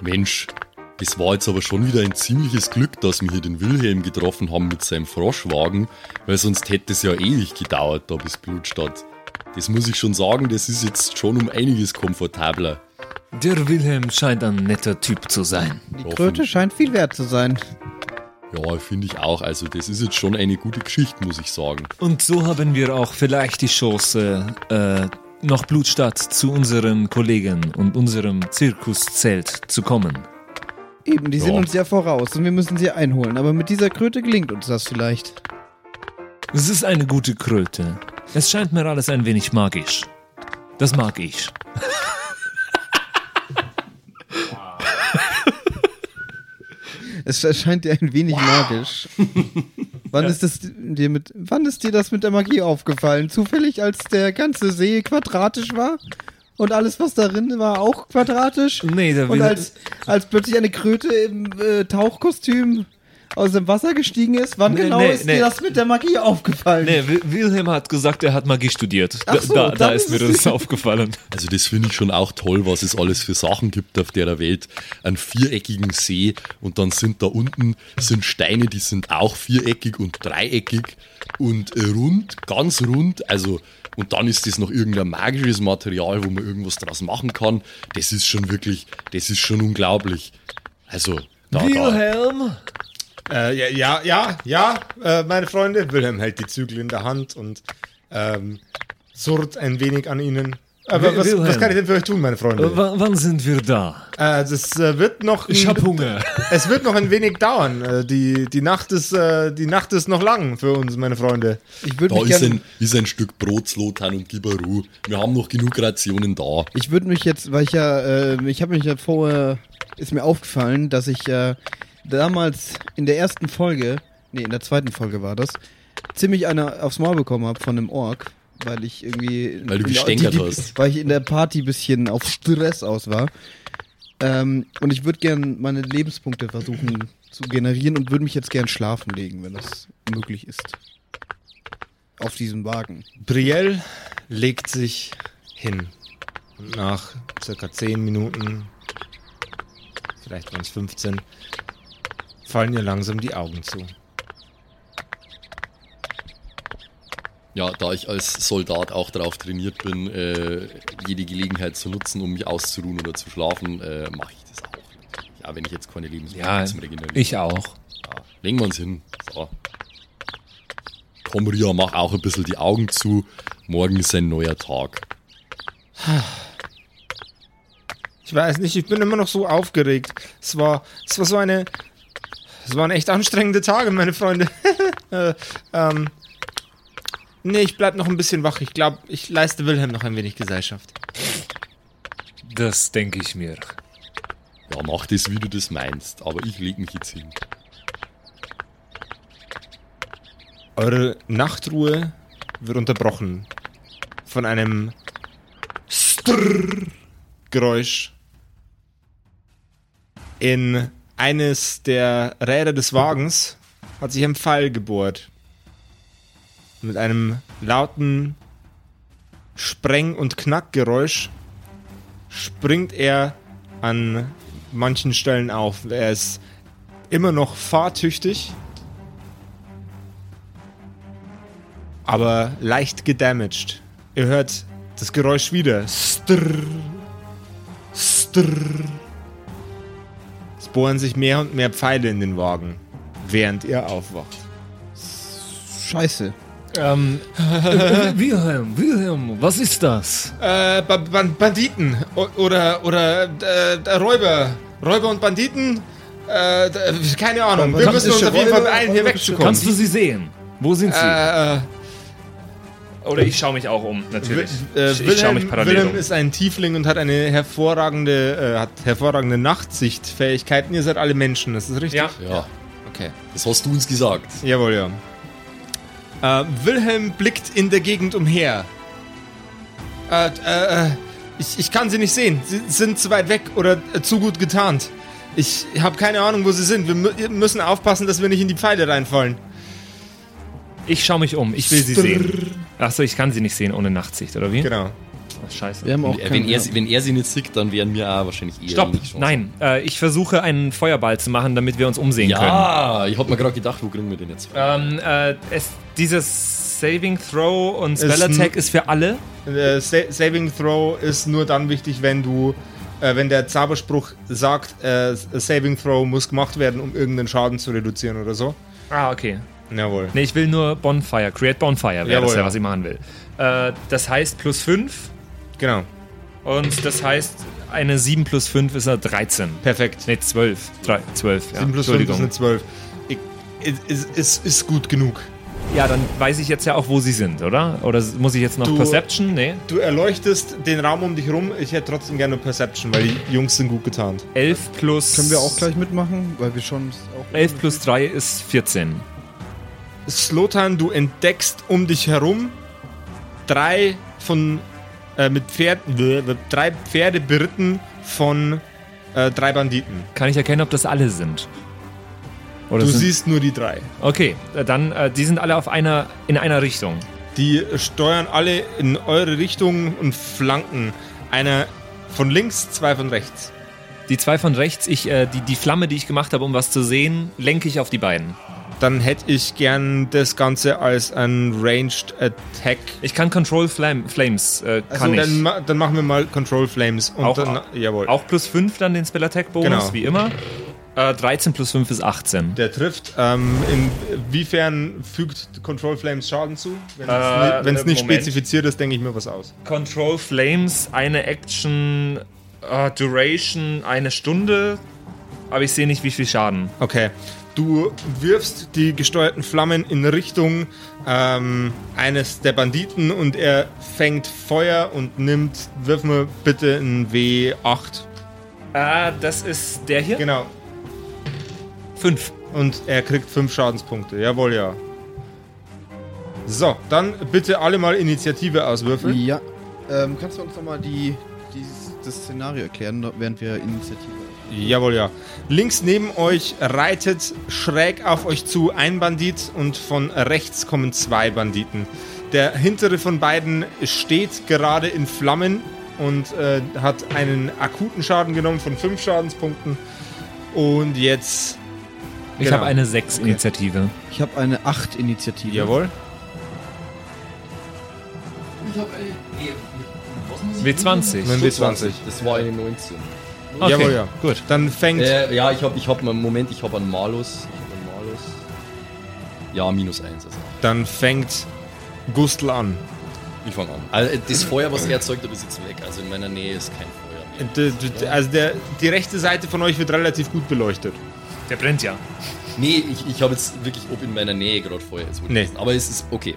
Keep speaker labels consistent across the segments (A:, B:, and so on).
A: Mensch, das war jetzt aber schon wieder ein ziemliches Glück, dass wir hier den Wilhelm getroffen haben mit seinem Froschwagen, weil sonst hätte es ja ewig gedauert, da bis Blutstadt. Das muss ich schon sagen, das ist jetzt schon um einiges komfortabler.
B: Der Wilhelm scheint ein netter Typ zu sein.
C: Die
A: Hoffen-
C: Kröte scheint viel wert zu sein.
A: Ja, finde ich auch. Also, das ist jetzt schon eine gute Geschichte, muss ich sagen.
B: Und so haben wir auch vielleicht die Chance, äh, nach Blutstadt zu unseren Kollegen und unserem Zirkuszelt zu kommen.
C: Eben, die sind
A: Ja.
C: uns ja voraus und wir müssen sie einholen. Aber mit dieser Kröte gelingt uns das vielleicht.
B: Es ist eine gute Kröte. Es scheint mir alles ein wenig magisch. Das mag ich.
C: Es erscheint dir ein wenig magisch. wann ist das dir mit, wann ist dir das mit der Magie aufgefallen? Zufällig, als der ganze See quadratisch war? Und alles, was darin war, auch quadratisch?
B: Nee, der
C: Und
B: Wil-
C: als, als plötzlich eine Kröte im äh, Tauchkostüm aus dem Wasser gestiegen ist, wann
B: Nee,
C: genau
B: nee,
C: ist
B: nee.
C: dir das mit der Magie aufgefallen?
B: Nee, Wil- Wilhelm hat gesagt, er hat Magie studiert. Da,
C: Ach so,
B: da, da
C: dann
B: ist
C: ist
B: mir
C: es-
B: das aufgefallen.
A: Also, das finde ich schon auch toll, was es alles für Sachen gibt auf der Welt. Einen viereckigen See und dann sind da unten sind Steine, die sind auch viereckig und dreieckig und rund, ganz rund. Also, und dann ist das noch irgendein magisches Material, wo man irgendwas draus machen kann. Das ist schon wirklich, das ist schon unglaublich. Also, da, da.
B: Wilhelm?
D: Äh, ja, ja, ja, ja äh, meine Freunde. Wilhelm hält die Zügel in der Hand und ähm, surrt ein wenig an ihnen. Aber was,
B: Wilhelm.
D: was kann ich denn für euch tun, meine
B: W
D: Freunde?
B: Äh, wann sind wir da?
D: Äh, das äh, wird noch.
B: Ich
D: ein-
B: hab Hunger.
D: Es wird noch ein wenig dauern. Äh, die, die, Nacht ist, äh, die Nacht ist noch lang für uns, meine Freunde.
C: Ich würde
A: Da
C: mich
A: ist
C: gerne
A: ein, ist ein Stück Brot, Slotan und gib eine Ruhe. Wir haben noch genug Rationen da.
C: Ich würde mich jetzt, weil ich ja, äh, ich habe mich ja vorher, ist mir aufgefallen, dass ich äh, damals in der ersten Folge, nee, in der zweiten Folge war das, ziemlich eine aufs Maul bekommen habe von einem Ork, weil ich irgendwie...
A: Weil du
C: in der-
A: gestänkert
C: die- die-
A: hast.
C: Weil ich in der Party bisschen auf Stress aus war. Ähm, und ich würde gern meine Lebenspunkte versuchen zu generieren und würde mich jetzt gern schlafen legen, wenn das möglich ist. Auf diesem Wagen.
D: Brielle legt sich hin. Und nach circa 10 Minuten, vielleicht waren es 15, fallen ihr langsam die Augen zu.
A: Ja, da ich als Soldat auch darauf trainiert bin, äh, jede Gelegenheit zu nutzen, um mich auszuruhen oder zu schlafen, äh, mache ich das auch. Ja, wenn ich jetzt keine Lebensmittel
B: Ja,
A: zum Regenerieren
B: ich auch.
A: Ja, legen wir uns hin. So. Komm, Ria, mach auch ein bisschen die Augen zu. Morgen ist ein neuer Tag.
D: Ich weiß nicht, ich bin immer noch so aufgeregt. Es war, es war so eine, es waren echt anstrengende Tage, meine Freunde. äh, ähm, nee, ich bleib noch ein bisschen wach. Ich glaube, ich leiste Wilhelm noch ein wenig Gesellschaft.
B: Das denke ich mir.
A: Ja, mach das, wie du das meinst. Aber ich leg mich jetzt hin.
D: Eure Nachtruhe wird unterbrochen von einem Strrr-Geräusch in eines der Räder des Wagens hat sich ein Pfeil gebohrt. Mit einem lauten Spreng- und Knackgeräusch springt er an manchen Stellen auf. Er ist immer noch fahrtüchtig. aber leicht gedamaged. Ihr hört das Geräusch wieder. Strrr. Strrr. Es bohren sich mehr und mehr Pfeile in den Wagen, während ihr aufwacht.
C: Scheiße.
B: Ähm, äh, Wilhelm, Wilhelm, was ist das?
D: Äh, ba Ban- Banditen O- oder, oder äh, d- Räuber. Räuber und Banditen? Äh, d- keine Ahnung. Wir müssen uns auf jeden Fall beeilen, hier wegzukommen.
B: Kannst du sie sehen? Wo sind sie?
D: Äh, äh,
E: Oder ich schaue mich auch um, natürlich.
D: Äh,
E: ich ich schaue mich
D: Wilhelm,
E: parallel
D: Wilhelm
E: um.
D: ist ein Tiefling und hat eine hervorragende, äh, hat hervorragende Nachtsichtfähigkeiten. Ihr seid alle Menschen, das ist richtig.
E: Ja.
A: Ja,
D: Okay.
A: das hast du uns gesagt.
D: Jawohl, ja. Äh, Wilhelm blickt in der Gegend umher. Äh, äh, äh, ich, ich kann sie nicht sehen. Sie sind zu weit weg oder äh, zu gut getarnt. Ich habe keine Ahnung, wo sie sind. Wir mü müssen aufpassen, dass wir nicht in die Pfeile reinfallen.
E: Ich schaue mich um, ich will sie sehen. Achso, ich kann sie nicht sehen ohne Nachtsicht, oder wie?
D: Genau.
E: Ach, scheiße.
C: Wir haben auch
A: Wenn
C: keinen-
A: er, wenn er sie nicht sieht, dann wären wir auch wahrscheinlich eher
E: Stopp!
A: wenig Chancen.
B: Nein, äh, ich versuche einen Feuerball zu machen, damit wir uns umsehen
A: Ja, ich hab mir gerade gedacht, wo kriegen wir den jetzt?
B: können. Ähm, äh, es, dieses Saving Throw und Spell
D: Ist ein-
B: Attack ist für alle.
D: Äh, Sa Saving Throw ist nur dann wichtig, wenn du, äh, wenn der Zauberspruch sagt, äh, Saving Throw muss gemacht werden, um irgendeinen Schaden zu reduzieren oder so.
B: Ah, okay.
D: Jawohl.
B: Ne, ich will nur Bonfire. Create Bonfire wäre das
D: Jawohl.
B: ja, was ich machen will. Äh, das heißt plus 5
D: Genau.
B: und das heißt, eine 7 plus 5 ist eine 13.
D: Perfekt.
B: Ne, 12. 3, 12, ja.
D: 7 plus 5 ist
B: Entschuldigung.
D: eine 12. Ich- Es ist, ist, ist gut genug.
B: Ja, dann weiß ich jetzt ja auch, wo sie sind, oder? Oder muss ich jetzt noch
D: Du-
B: Perception? Nee.
D: Du erleuchtest den Raum um dich rum. Ich hätte trotzdem gerne Perception, weil die Jungs sind gut getarnt.
B: 11 plus.
C: Können wir auch gleich mitmachen, weil wir schon auch
B: 11 plus 3 ist 14.
D: Slotan, du entdeckst um dich herum drei von äh, mit Pferden, bläh, bläh, drei Pferde beritten von äh, drei Banditen.
B: Kann ich erkennen, ob das alle sind? Oder
D: Du
B: sind,
D: siehst nur die drei.
B: Okay, äh, dann, äh, die sind alle auf einer, in einer Richtung.
D: Die steuern alle in eure Richtung und flanken. Einer von links, zwei von rechts.
B: Die zwei von rechts, ich, äh, die, die Flamme, die ich gemacht habe, um was zu sehen, lenke ich auf die beiden.
D: Dann hätte ich gern das Ganze als ein Ranged Attack.
B: Ich kann Control Flam Flames, äh,
D: Also
B: kann
D: dann,
B: ich.
D: ma- dann machen wir mal Control Flames. Und
B: Auch-
D: dann, jawohl.
B: Auch plus 5 dann den Spell Attack Bonus,
D: Genau.
B: wie immer. Äh, 13 plus 5 ist 18.
D: Der trifft. Ähm, inwiefern fügt Control Flames Schaden zu? Wenn
B: Äh,
D: es nicht
B: Moment.
D: spezifiziert ist, denke ich mir was aus.
B: Control Flames, eine Action, äh, Duration eine Stunde, aber ich sehe nicht, wie viel Schaden.
D: Okay. Du wirfst die gesteuerten Flammen in Richtung ähm, eines der Banditen und er fängt Feuer und nimmt. Wirf mir bitte ein W8.
E: Äh,
B: Ah, das ist der hier?
D: Genau.
B: Fünf.
D: Und er kriegt 5 Schadenspunkte. Jawohl, ja. So, dann bitte alle mal Initiative auswürfeln.
C: Ja. Ähm, kannst du uns nochmal die, dieses, das Szenario erklären, während wir Initiative.
D: Jawohl, ja. Links neben euch reitet schräg auf euch zu ein Bandit und von rechts kommen zwei Banditen. Der hintere von beiden steht gerade in Flammen und äh, hat einen akuten Schaden genommen von fünf Schadenspunkten. Und jetzt.
B: Ich
D: Genau.
B: habe eine sechs Initiative.
C: Ich habe eine 8 Initiative.
D: Jawohl.
B: W20.
D: Mit W20.
A: Das war eine 19.
B: Okay.
D: Jawohl, ja.
B: Gut.
D: Dann fängt.
A: Äh, ja, ich hab, ich hab, einen Moment, ich hab einen Malus. Ich hab einen Malus. Ja, minus 1. Also
D: Dann fängt Gustl an.
A: ich fange an. Also, äh, das Feuer, was er erzeugt hat, ist jetzt weg. Also in meiner Nähe ist kein Feuer mehr.
D: D- d- Also der, die rechte Seite von euch wird relativ gut beleuchtet.
B: Der brennt ja.
A: Nee, ich, ich habe jetzt wirklich, ob in meiner Nähe gerade Feuer ist. wollte ich
D: Nee.
A: wissen. Aber es ist okay.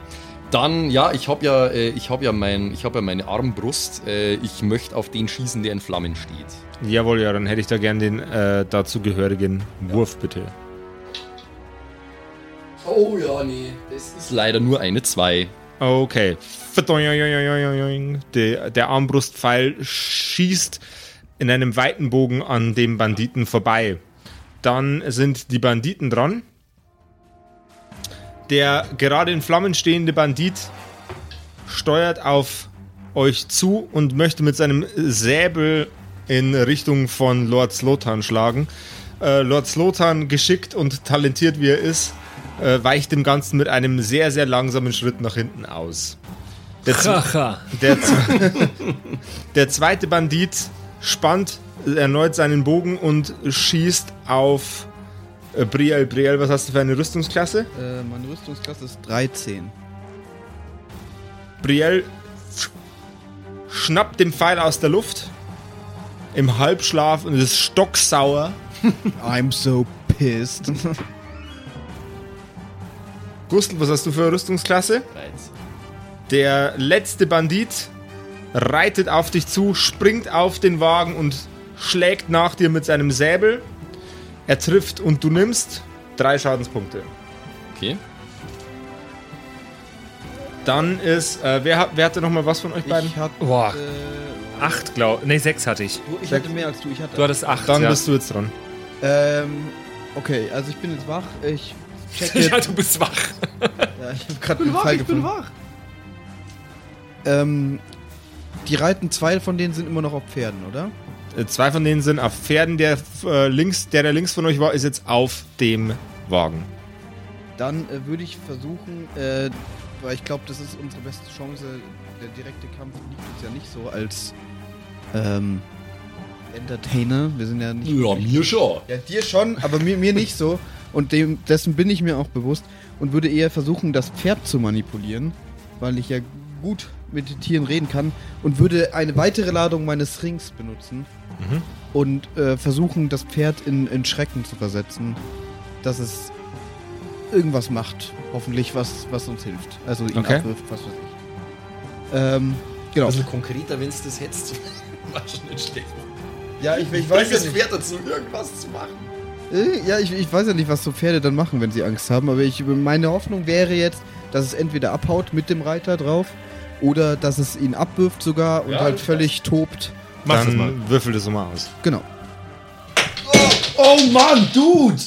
A: Dann, ja, ich habe ja, äh, ich habe ja, mein, ich hab ja meine Armbrust. Äh, ich möchte auf den schießen, der in Flammen steht.
D: Jawohl, ja, dann hätte ich da gern den äh, dazu gehörigen Wurf, bitte.
A: Oh ja, nee. Das ist leider nur eine 2.
D: Okay. Verdoing. Der, der Armbrustpfeil schießt in einem weiten Bogen an dem Banditen vorbei. Dann sind die Banditen dran. Der gerade in Flammen stehende Bandit steuert auf euch zu und möchte mit seinem Säbel in Richtung von Lord Slotan schlagen. Äh, Lord Slotan, geschickt und talentiert wie er ist, äh, weicht dem Ganzen mit einem sehr, sehr langsamen Schritt nach hinten aus. Der, Z-
B: Kracher.
D: der, Z- der zweite Bandit spannt erneut seinen Bogen und schießt auf äh, Briel. Briel, was hast du für eine Rüstungsklasse?
C: Äh, meine Rüstungsklasse ist 13.
D: Brielle schnappt den Pfeil aus der Luft im Halbschlaf und ist stocksauer.
C: I'm so pissed.
D: Gustl, was hast du für eine Rüstungsklasse? Der letzte Bandit reitet auf dich zu, springt auf den Wagen und schlägt nach dir mit seinem Säbel. Er trifft und du nimmst drei Schadenspunkte.
A: Okay.
D: Dann ist, äh, wer, hat, wer hatte nochmal was von euch beiden?
C: ich hatte.
B: Boah,
C: Äh,
B: acht, glaub. Nee, sechs hatte ich.
C: du, ich hatte mehr als du. Ich hatte.
B: Du hattest acht.
D: Dann
B: ja.
D: bist du jetzt dran.
C: Ähm, okay, also ich bin jetzt wach. Ich check jetzt.
B: ja, du bist wach.
C: ja, ich hab grad einen Fall gefunden.
E: wach.
C: Ähm, Die reiten, zwei von denen sind immer noch auf Pferden, oder?
D: Äh, Zwei von denen sind auf Pferden. Der, äh, links, der, der links von euch war, ist jetzt auf dem Wagen.
C: Dann äh, würde ich versuchen, äh, weil ich glaube, das ist unsere beste Chance. Der direkte Kampf liegt uns ja nicht so als ähm, Entertainer. Wir sind ja nicht.
A: Ja, mir schon.
C: Ja, dir schon, aber mir, mir nicht so. Und dem, dessen bin ich mir auch bewusst und würde eher versuchen, das Pferd zu manipulieren, weil ich ja gut mit den Tieren reden kann und würde eine weitere Ladung meines Rings benutzen und äh, versuchen, das Pferd in, in Schrecken zu versetzen, dass es irgendwas macht, hoffentlich, was, was uns hilft. Also ihn
D: Okay.
C: abwirft, was weiß ich. Ähm, genau.
F: Ein bisschen konkreter, wenn es das hättest. War schon nicht schlecht.
C: ja, ich, ich
F: Bring das Pferd dazu, irgendwas zu machen.
C: Äh, Ja, ich, ich weiß ja nicht, was so Pferde dann machen, wenn sie Angst haben, aber ich, meine Hoffnung wäre jetzt, dass es entweder abhaut mit dem Reiter drauf oder dass es ihn abwirft sogar und halt völlig tobt.
B: Mach
D: Dann
B: das mal.
D: würfel das mal aus.
C: Genau.
A: Oh Mann, Dude!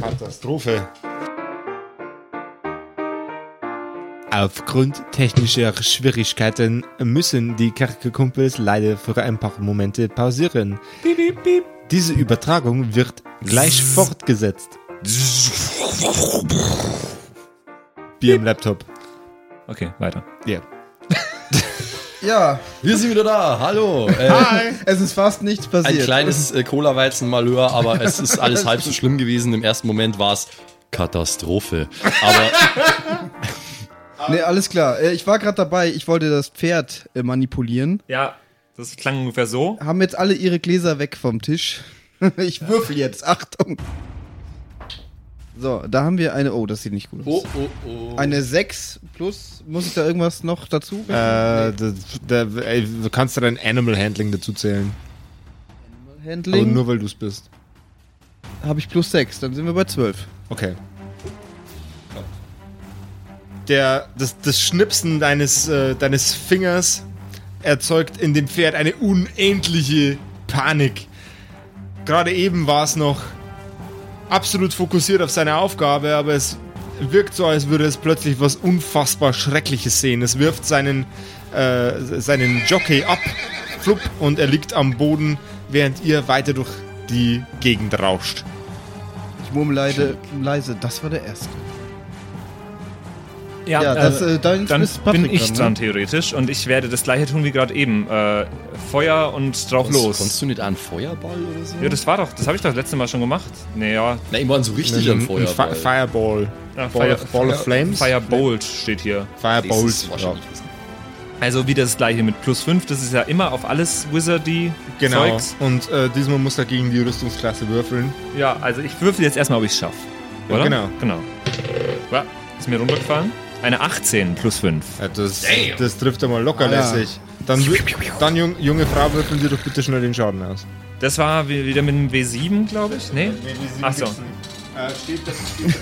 D: Katastrophe. Aufgrund technischer Schwierigkeiten müssen die Kerkerkumpels leider für ein paar Momente pausieren. Diese Übertragung wird gleich fortgesetzt. Bier im Laptop.
B: Okay, weiter.
D: Ja.
C: Ja,
A: Wir sind wieder da. Hallo. Äh,
C: es ist fast nichts passiert.
A: Ein kleines äh, Cola-Weizen-Malheur, aber es ist alles halb so schlimm gewesen. Im ersten Moment war es Katastrophe. Aber
C: Nee, alles klar. Äh, Ich war gerade dabei, ich wollte das Pferd äh, manipulieren.
E: Ja, das klang ungefähr so.
C: Haben jetzt alle ihre Gläser weg vom Tisch. Ich würfel jetzt, Achtung. So, da haben wir eine. Oh, das sieht nicht gut aus.
A: oh, oh, oh.
C: Eine 6 plus, muss ich da irgendwas noch dazu?
D: Äh, da, da, ey, du kannst du dein Animal Handling dazu zählen?
C: Nee.
D: Aber
C: Handling
D: nur weil du es bist.
C: habe ich plus 6, dann sind wir bei 12.
D: Okay. Der, das, das Schnipsen deines, äh, deines Fingers erzeugt in dem Pferd eine unendliche Panik. Gerade eben war es noch absolut fokussiert auf seine Aufgabe, aber es wirkt so, als würde es plötzlich was unfassbar Schreckliches sehen. Es wirft seinen, äh, seinen Jockey ab, flupp, und er liegt am Boden, während ihr weiter durch die Gegend rauscht.
C: Ich murmeleide leise, das war der erste.
E: Ja,
C: das, äh, dann
E: dann
C: ist Patrick
E: bin ich
C: dran,
E: dran,
C: ne?
E: theoretisch. Und ich werde das gleiche tun wie gerade eben. Äh, Feuer und drauf
A: Konntest-
E: los.
A: Konntest du nicht einen Feuerball oder so?
E: Ja, das war doch, das habe ich doch letztes Mal schon gemacht. Naja,
A: Nein, ich meine so richtig
D: Ein-
A: einen
D: ein
A: Feuerball.
D: Fi- Fireball.
E: ja,
D: Ball,
E: Fire,
D: of, Ball of Flames.
E: Firebolt steht hier.
A: das
D: Firebolt.
A: ist wahrscheinlich das
E: Also wieder das gleiche mit plus 5. Das ist ja immer auf alles Wizardy
D: ja. Genau.
E: Zeugs.
D: Und äh, diesmal muss er gegen die Rüstungsklasse würfeln.
E: Ja, also ich würfel jetzt erstmal, ob ich es schaffe.
D: Ja,
E: Oder?
D: genau.
E: Genau. Ja, ist mir runtergefallen. Eine 18 plus 5.
D: Ja, das, das trifft er mal lockerlässig. Dann, wür- dann jung, junge Frau, würfeln Sie doch bitte schnell den Schaden aus.
E: Das war wie- wieder mit dem W7, glaube ich. Nee? Ach so.
D: Äh, steht das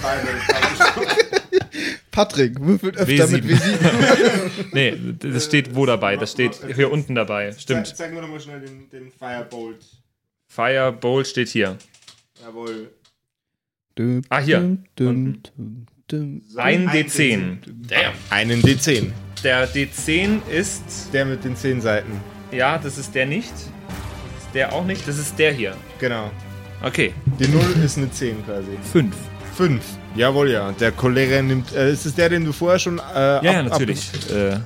C: Patrick würfelt öfter
E: W7.
C: mit W7.
E: Nee, das steht wo dabei? Das steht hier unten dabei. Stimmt.
D: Zeigen wir nochmal schnell den, den Firebolt.
E: Firebowl steht hier.
D: Jawohl.
C: Düm,
E: Ah, hier.
C: düm, düm, düm, düm.
E: Ein D10.
D: Einen D10.
E: Der D10 ist.
D: Der mit den 10 Seiten.
E: Ja, das ist der nicht. Das ist der auch nicht. Das ist der hier.
D: Genau.
E: Okay.
D: Die 0 ist eine 10 quasi.
E: 5.
D: 5. Jawohl, ja. Der Kollege nimmt. Äh, ist es der, den du vorher schon. Äh,
E: Ja,
D: ab,
E: ja,
D: ab-
E: natürlich. Äh,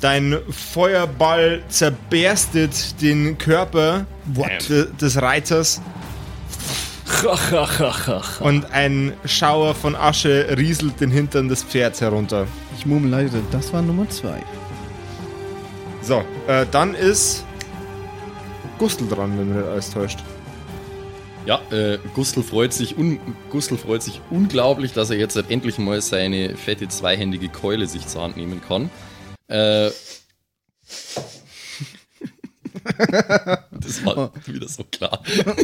D: Dein Feuerball zerberstet den Körper de- des Reiters und ein Schauer von Asche rieselt den Hintern des Pferds herunter.
C: Ich murmeleide, das war Nummer 2.
D: So, äh, dann ist Gustl dran, wenn mir das alles täuscht.
A: Ja, äh, Gustl, freut sich un Gustl freut sich unglaublich, dass er jetzt halt endlich mal seine fette zweihändige Keule sich zur Hand nehmen kann. Äh, das
D: Oh.
A: war wieder so klar.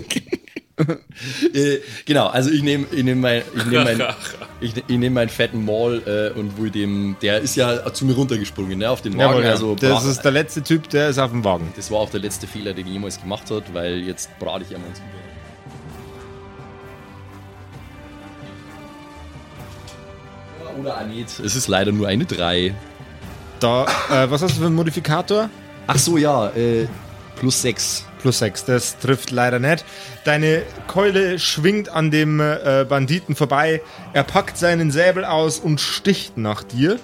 A: äh, genau, also ich nehme ich nehm mein, ich nehm mein, ich, ne- ich nehm meinen fetten Maul äh, und wo ich dem, der ist ja zu mir runtergesprungen, ne, auf den Wagen.
D: Jawohl, ja.
A: also
D: das
A: bra-
D: ist der letzte Typ, der ist auf dem Wagen.
A: das war auch der letzte Fehler, den ich jemals gemacht hat, weil jetzt brate ich einmal ins Über. Oder auch nicht. Es ist leider nur eine 3.
D: Da, äh, was hast du für einen Modifikator?
A: Ach so, ja, äh, plus 6.
D: Plus 6, das trifft leider nicht. Deine Keule schwingt an dem äh, Banditen vorbei. Er packt seinen Säbel aus und sticht nach dir.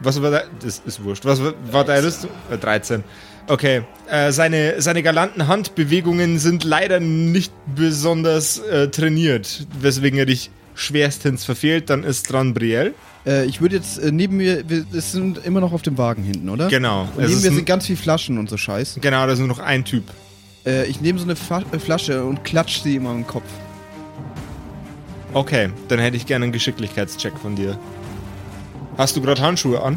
D: Was war da? Das ist wurscht. Was war, war deine Rüstung? Äh, 13. Okay. Äh, seine, seine galanten Handbewegungen sind leider nicht besonders äh, trainiert, weswegen er dich schwerstens verfehlt. Dann ist dran Brielle.
C: Äh, ich würde jetzt äh, neben mir, wir es sind immer noch auf dem Wagen hinten, oder?
D: Genau.
C: Und
D: Es
C: neben
D: ist
C: mir
D: ein-
C: sind ganz viel Flaschen und so Scheiß.
D: Genau, da ist nur noch ein Typ.
C: Äh, ich nehme so eine Fa äh, Flasche und klatsch sie ihm am Kopf.
D: Okay, dann hätte ich gerne einen Geschicklichkeitscheck von dir. Hast du gerade Handschuhe an?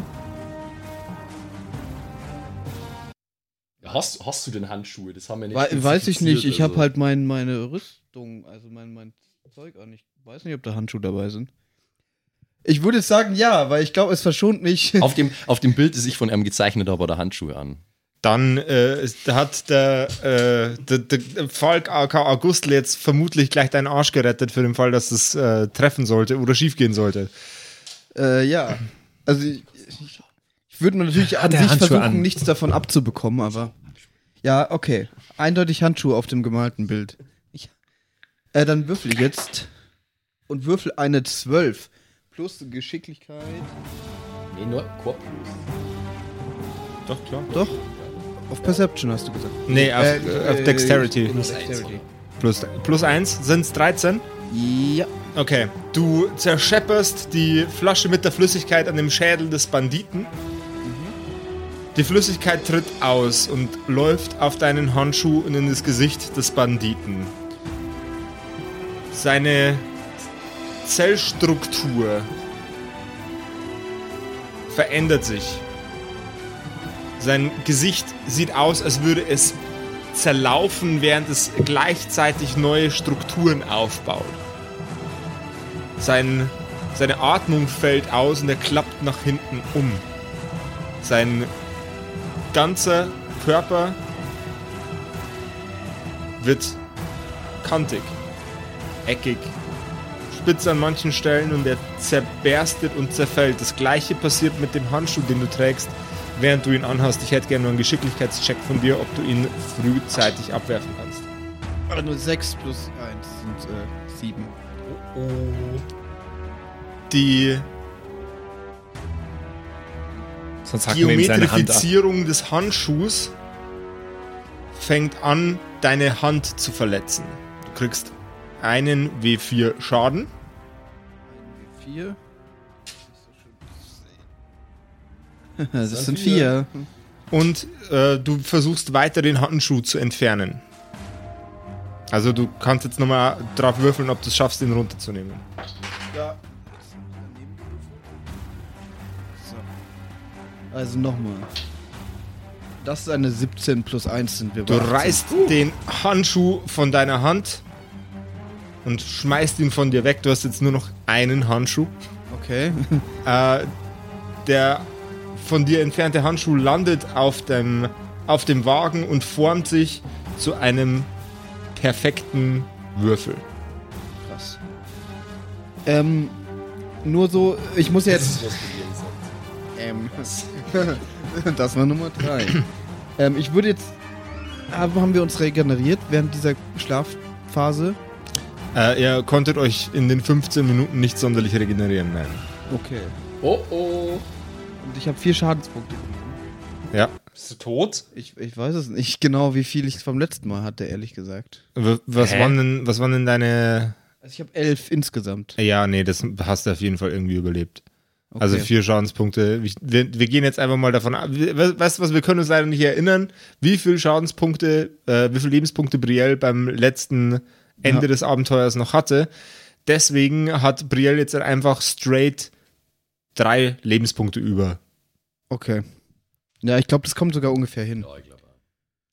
A: Hast, hast du denn Handschuhe? Das haben wir nicht.
C: We weiß ich nicht, ich habe
A: also.
C: halt mein, meine Rüstung, also mein, mein Zeug an. Ich weiß nicht, ob da Handschuhe dabei sind. Ich würde jetzt sagen, ja, weil ich glaube, es verschont mich.
A: Auf dem, auf dem Bild, das ich von einem gezeichnet habe, hat er Handschuhe an.
D: Dann äh, ist- hat der, äh, der, der Falk AK Augustl jetzt vermutlich gleich deinen Arsch gerettet für den Fall, dass es äh, treffen sollte oder schiefgehen sollte.
C: Äh, ja. Also ich, ich- ich würde natürlich an
B: er
C: sich
B: Handschuhe
C: versuchen,
B: an?
C: nichts davon abzubekommen, aber. Ja, okay. Eindeutig Handschuhe auf dem gemalten Bild. Ich, äh, dann würfel ich jetzt und würfel eine 12. Plus Geschicklichkeit.
A: Nee, nur Korpus.
D: Doch, klar.
C: Doch. Auf Perception hast du gesagt.
D: Nee, auf,
C: Äh,
D: auf
C: äh,
D: Dexterity.
C: Plus Dexterity.
D: Plus, plus eins sind es 13.
C: Ja.
D: Okay, du zerschepperst die Flasche mit der Flüssigkeit an dem Schädel des Banditen. Die Flüssigkeit tritt aus und läuft auf deinen Handschuh und in das Gesicht des Banditen. Seine Zellstruktur verändert sich. Sein Gesicht sieht aus, als würde es zerlaufen, während es gleichzeitig neue Strukturen aufbaut. Sein, seine Atmung fällt aus und er klappt nach hinten um. Sein ganzer Körper wird kantig, eckig, spitz an manchen Stellen und er zerberstet und zerfällt. Das gleiche passiert mit dem Handschuh, den du trägst, während du ihn anhast. Ich hätte gerne nur einen Geschicklichkeitscheck von dir, ob du ihn frühzeitig abwerfen kannst.
C: Aber nur 6 plus 1 sind äh, 7.
B: Oh,
D: Die
B: Sonst hacken wir ihm seine Hand ab.
D: Geometrifizierung des Handschuhs fängt an, deine Hand zu verletzen. Du kriegst einen W4 Schaden.
C: 4. Das sind 4.
D: und äh, du versuchst weiter den Handschuh zu entfernen. Also du kannst jetzt nochmal drauf würfeln, ob du es schaffst, ihn runterzunehmen.
C: Also nochmal. Das ist eine 17 plus 1 sind wir Uh.
D: Du
C: bei 18.
D: reißt den Handschuh von deiner Hand und schmeißt ihn von dir weg. Du hast jetzt nur noch einen Handschuh.
C: Okay.
D: Äh, der von dir entfernte Handschuh landet auf dem, auf dem Wagen und formt sich zu einem perfekten Würfel.
C: Krass. Ähm, nur so, ich muss jetzt. Ähm, das war Nummer 3. ähm, ich würde jetzt. Ah, Haben haben wir uns regeneriert während dieser Schlafphase?
D: Äh, ihr konntet euch in den 15 Minuten nicht sonderlich regenerieren, nein.
C: Okay.
A: Oh oh.
C: Und ich habe vier Schadenspunkte gemacht.
D: Ja.
E: Bist du tot?
C: Ich, ich weiß es nicht genau, wie viel ich vom letzten Mal hatte, ehrlich gesagt.
D: W- Was
E: Hä?
D: waren, denn, was waren denn deine.
C: Also ich habe elf insgesamt.
D: Ja, nee, das hast du auf jeden Fall irgendwie überlebt. Also
C: Okay.
D: vier Schadenspunkte. Ich- Wir, wir gehen jetzt einfach mal davon ab. We- we- Weißt du was, wir können uns leider nicht erinnern, wie viele Schadenspunkte, äh, wie viele Lebenspunkte Brielle beim letzten Ende
C: Ja.
D: des Abenteuers noch hatte. Deswegen hat Brielle jetzt halt einfach straight drei Lebenspunkte über.
C: Okay. Ja, ich glaube, das kommt sogar ungefähr hin.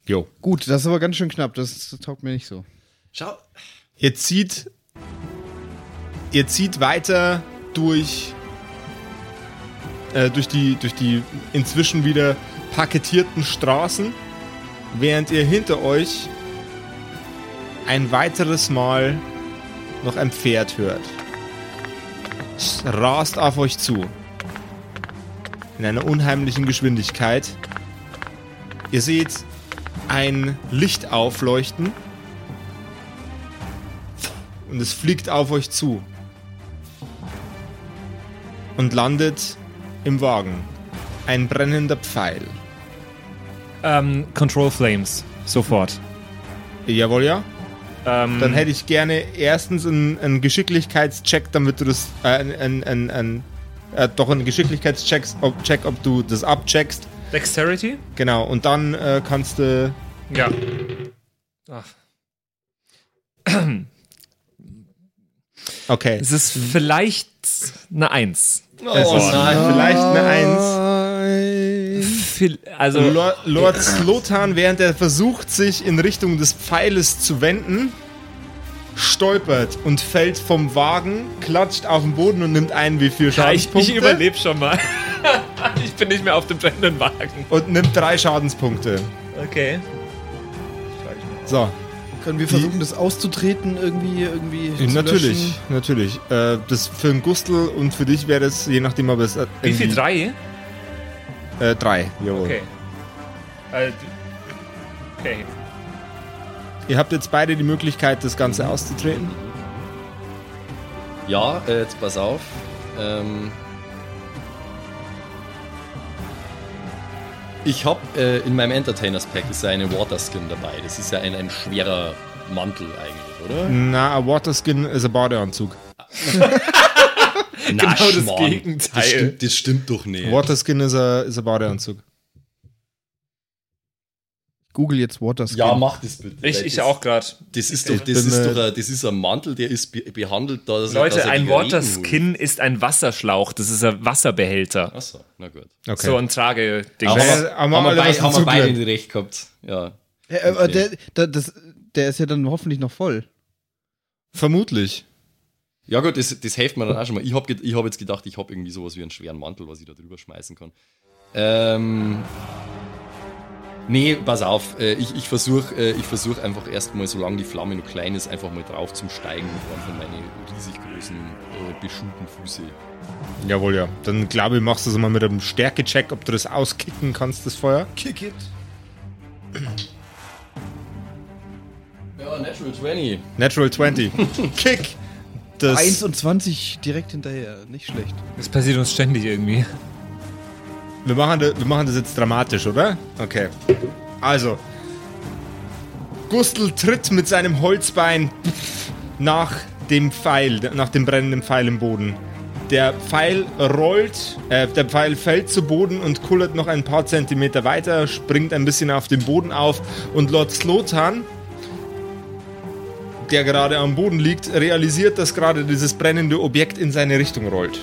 D: Jo.
C: Gut, das ist aber ganz schön knapp. Das taugt mir nicht so.
F: Schau,
D: Ihr zieht. Ihr zieht weiter durch. Äh, durch, die, durch die inzwischen wieder paketierten Straßen, während ihr hinter euch ein weiteres Mal noch ein Pferd hört. Es rast auf euch zu. In einer unheimlichen Geschwindigkeit. Ihr seht ein Licht aufleuchten. Und es fliegt auf euch zu. Und landet im Wagen. Ein brennender Pfeil.
B: Ähm, Control Flames. Sofort.
D: Jawohl, ja?
B: Ähm,
D: Dann hätte ich gerne erstens einen, einen Geschicklichkeitscheck, damit du das. Äh, ein, ein, ein, ein, äh, doch einen Geschicklichkeitscheck, ob, check, ob du das abcheckst.
B: Dexterity?
D: Genau, und dann äh, kannst du.
B: Ja. Ach.
D: Okay.
B: Es ist vielleicht eine Eins.
D: Es ist vielleicht eine Eins.
C: Eins.
B: Viel- Also,
D: Lord, Lord Slotan, während er versucht, sich in Richtung des Pfeiles zu wenden, stolpert und fällt vom Wagen, klatscht auf den Boden und nimmt einen wie vier
B: ja, ich,
D: Schadenspunkte
B: ich überlebe schon mal. ich bin nicht mehr auf dem brennenden Wagen.
D: und nimmt drei Schadenspunkte.
B: Okay.
D: So,
C: Können wir versuchen, das auszutreten irgendwie? irgendwie zu
D: natürlich,
C: löschen?
D: natürlich. Äh, das für einen Gustel und für dich wäre das, je nachdem, ob es.
B: Wie viel? Drei?
D: Äh, drei, jawohl.
B: Okay. Äh, Okay.
D: Ihr habt jetzt beide die Möglichkeit, das
B: Mhm.
D: Ganze auszutreten.
A: Ja, äh, jetzt pass auf. Ähm, ich habe äh, in meinem Entertainers Pack ist ja eine Waterskin dabei. Das ist ja ein, ein schwerer Mantel eigentlich, oder?
D: Na, a Waterskin ist ein Badeanzug.
A: Na,
B: das
A: Schmarrn.
B: Gegenteil.
A: Das stimmt, das stimmt doch nicht.
D: Waterskin ist ein ist ein Badeanzug.
C: Google jetzt Waterskin.
G: Ja, mach das bitte.
B: Ich,
G: weil
B: ich
G: das,
B: auch gerade.
A: Das ist doch, das
D: bin,
A: ist
D: äh,
A: doch ein, das ist ein Mantel, der ist be behandelt, dass er- dass
B: Leute,
A: er
B: ein
A: gegen Regen holt.
B: Waterskin ist ein Wasserschlauch. Das ist ein Wasserbehälter.
A: Achso, na gut.
D: Okay.
B: So ein Trageding.
D: Aber-
B: Aber,
D: Äh, haben wir alle was
A: beide- haben wir beide
D: dazugelernt.
A: recht gehabt. Ja.
C: Äh, äh,
A: Okay.
C: der, der, das, der ist ja dann hoffentlich noch voll.
D: Vermutlich.
A: Ja gut, das, das hilft mir dann auch schon mal. Ich habe ich hab jetzt gedacht, ich habe irgendwie sowas wie einen schweren Mantel, was ich da drüber schmeißen kann. Ähm. Nee, pass auf. äh, Ich, ich versuche äh, ich versuch einfach erstmal, solange die Flamme noch klein ist, einfach mal drauf zum Steigen mit einem von meinen riesig großen, äh, beschuhten Füße.
D: Jawohl, ja. Dann glaube ich, machst du es mal mit einem Stärke-Check, ob du das auskicken kannst, das Feuer.
A: Kick it! Ja, Natural 20.
D: Natural 20. Kick! Das
C: 21 direkt hinterher, nicht schlecht.
B: das passiert uns ständig irgendwie.
D: wir, machen, da- wir machen das jetzt dramatisch, oder? Okay. Also. Gustl tritt mit seinem Holzbein nach dem Pfeil, nach dem brennenden Pfeil im Boden. Der Pfeil rollt, äh, der Pfeil fällt zu Boden und kullert noch ein paar Zentimeter weiter, springt ein bisschen auf den Boden auf und Lord Slotan, der gerade am Boden liegt, realisiert, dass gerade dieses brennende Objekt in seine Richtung rollt.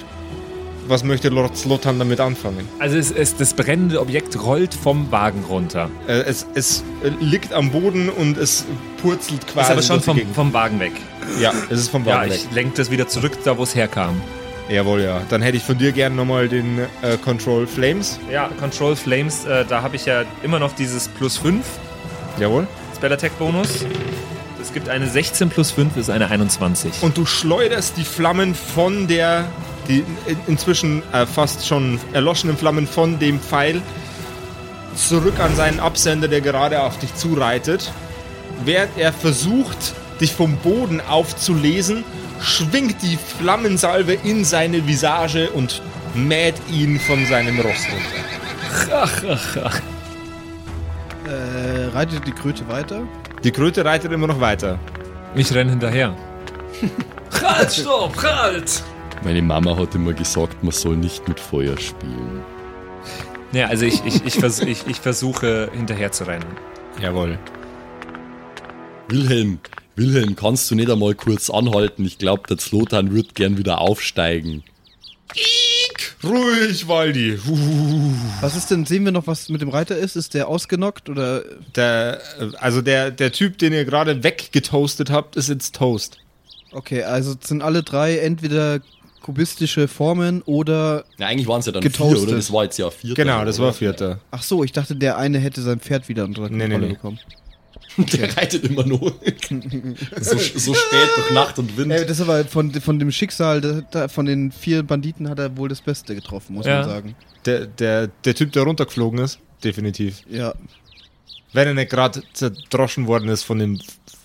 D: Was möchte Lord Slotan damit anfangen?
B: Also es, es, das brennende Objekt rollt vom Wagen runter.
D: Äh, Es, es äh, liegt am Boden und es purzelt quasi.
B: ist aber schon
D: durch die
B: vom,
D: Gegend.
B: vom Wagen weg.
D: ja, es ist vom
B: ja,
D: Wagen
B: ich lenke das wieder zurück, da wo es herkam.
D: weg. Jawohl, ja. Dann hätte ich von dir gerne nochmal den äh, Control Flames.
B: Ja, Control Flames, äh, da habe ich ja immer noch dieses Plus 5
D: Jawohl.
B: Spell Attack Bonus. Es gibt eine 16 plus 5 ist eine 21.
D: Und du schleuderst die Flammen von der, die in- inzwischen äh, fast schon erloschenen Flammen von dem Pfeil zurück an seinen Absender, der gerade auf dich zureitet. Während er versucht, dich vom Boden aufzulesen, schwingt die Flammensalve in seine Visage und mäht ihn von seinem Rost runter.
C: Äh, reitet die Kröte weiter?
D: Die Kröte reitet immer noch weiter.
B: Ich renne hinterher. halt, stopp, halt!
G: Meine Mama hat immer gesagt, man soll nicht mit Feuer spielen.
B: Ja, also ich, ich, ich, vers ich, ich versuche hinterher zu rennen.
D: Jawohl.
G: Wilhelm, Wilhelm, kannst du nicht einmal kurz anhalten? Ich glaube, der Zlotan wird gern wieder aufsteigen.
D: Ruhig, Waldi.
C: Was ist denn, sehen wir noch, was mit dem Reiter ist? Ist der ausgenockt oder
D: Der, äh, also der, der Typ, den ihr gerade weggetoastet habt, ist jetzt Toast.
C: Okay, also sind alle drei entweder kubistische Formen oder.
A: Na, eigentlich waren es ja dann
C: Getoastet.
A: vier, oder? Das war jetzt ja vier.
D: Genau, das war vierter.
C: Ach so, ich dachte, der eine hätte sein Pferd wieder unter
D: Nee, nee,
C: Kontrolle
D: nee.
C: bekommen.
F: Der reitet immer nur. so, so spät durch Nacht und Wind.
C: Ey, das ist aber von, von dem Schicksal, da, da, von den vier Banditen hat er wohl das Beste getroffen, muss
B: Ja.
C: man sagen.
D: Der, der, der Typ, der runtergeflogen ist, definitiv.
C: Ja.
D: Wenn er nicht gerade zerdroschen worden ist von den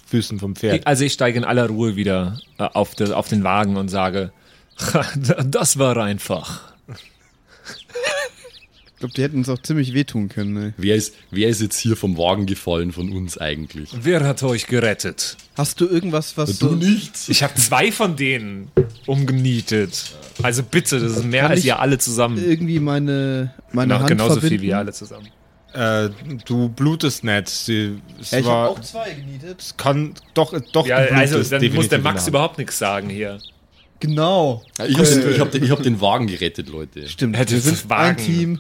D: Füßen vom Pferd.
B: Ich- Also ich steige in aller Ruhe wieder äh, auf, das, auf den Wagen und sage, "Ha, da- das war einfach.
C: Ich glaube, die hätten uns auch ziemlich wehtun können, ne?
A: Wer ist, wer ist jetzt hier vom Wagen gefallen von uns eigentlich?
B: Wer hat euch gerettet?
C: Hast Also du irgendwas, was so.
A: nichts.
B: Ich habe zwei von denen umgenietet. Also bitte, das ist mehr als
C: ich-
B: ihr alle zusammen.
C: irgendwie meine, meine
B: Na,
C: Hand
B: genauso
C: verbinden?
B: viel wie ihr alle zusammen.
D: Äh, du blutest nicht. Sie, es
C: Ja, ich
D: war,
C: habe auch zwei genietet.
D: es kann doch, doch.
B: Ja,
D: du
B: also
D: blutest
B: dann muss
D: definitiv
B: der
D: in
B: Max
D: Hand.
B: überhaupt nichts sagen hier.
C: Genau.
A: Ich habe den, ich hab den, ich hab den Wagen gerettet, Leute.
C: Stimmt.
B: Hätte
C: wir
B: das
C: sind
B: Wagen.
C: ein Team.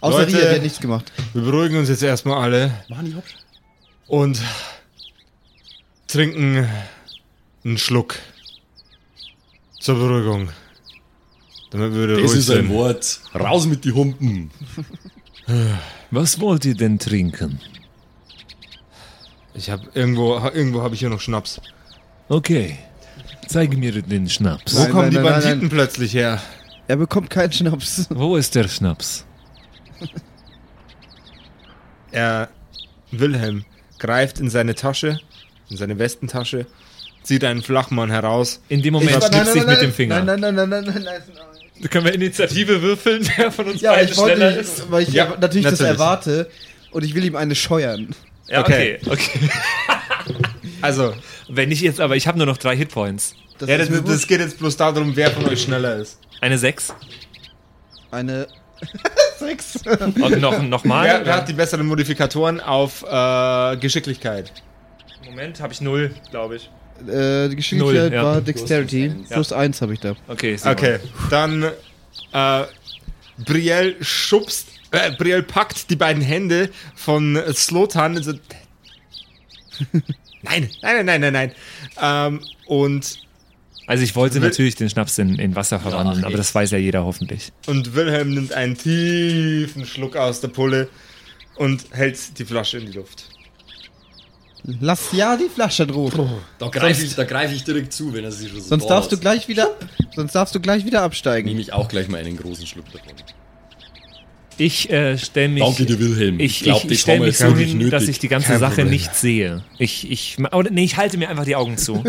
C: Außer
D: Leute.
C: Ria, die hat nichts gemacht.
D: Wir beruhigen uns jetzt erstmal alle und trinken einen Schluck zur Beruhigung. Damit wir wieder
A: Das
D: ruhig
A: ist ein
D: sind.
A: Wort. Raus mit die Humpen.
B: Was wollt ihr denn trinken?
D: Ich habe irgendwo, ha- irgendwo habe ich hier noch Schnaps.
B: Okay, zeige mir den Schnaps.
D: Wo
C: Nein,
D: kommen
C: nein,
D: die
C: nein, nein,
D: Banditen plötzlich her?
C: Er bekommt keinen Schnaps.
B: Wo ist der Schnaps?
D: Er, Wilhelm, greift in seine Tasche, in seine Westentasche, zieht einen Flachmann heraus.
B: In dem Moment schnippst dich mit dem Finger.
C: Nein, nein, nein, nein, nein, nein, nein. nein.
B: Können wir Initiative würfeln, wer von uns
C: Ja, aber
B: beiden
C: ich wollte
B: schneller
C: nicht,
B: ist?
C: weil ich
D: Ja,
C: ja, natürlich das
D: natürlich.
C: erwarte und ich will ihm eine scheuern.
B: Ja, okay. okay.
D: Also,
B: Wenn ich jetzt, aber ich habe nur noch drei Hitpoints.
C: Das
D: ja,
C: ist
D: das,
C: mir
D: das
C: wurscht.
D: geht jetzt bloß darum, wer von euch schneller ist.
B: Eine sechs.
C: eine Sechs.
B: Und noch, noch mal.
D: Wer, wer hat die besseren Modifikatoren auf äh, Geschicklichkeit?
E: Moment, habe ich null, glaube ich.
C: äh, die Geschicklichkeit
B: Null, ja.
C: war Dexterity. Plus eins habe ich da.
B: Okay, Simon.
D: Okay, dann äh, Brielle schubst, äh, Brielle packt die beiden Hände von Slotan. Also, nein, nein, nein, nein, nein. nein. Ähm, und,
B: Also ich wollte natürlich den Schnaps in, in Wasser verwandeln, aber das weiß ja jeder hoffentlich.
D: und Wilhelm nimmt einen tiefen Schluck aus der Pulle und hält die Flasche in die Luft.
C: Lass ja die Flasche drohen.
F: Da greife ich, da greif ich direkt zu, wenn er sich schon so
C: Sonst
F: da
C: darfst du
F: lässt.
C: gleich wieder. Sonst darfst du gleich wieder absteigen.
F: Nehme ich auch gleich mal einen großen Schluck davon.
B: Ich äh, stelle mich...
A: Danke dir, Wilhelm.
B: Ich,
A: glaub,
B: ich,
A: die
B: ich stelle
A: Trommel
B: mich
A: ist
B: so
A: wirklich
B: hin, dass ich die ganze Sache nicht sehe. Ich, ich, oder, nee, ich halte mir einfach die Augen zu.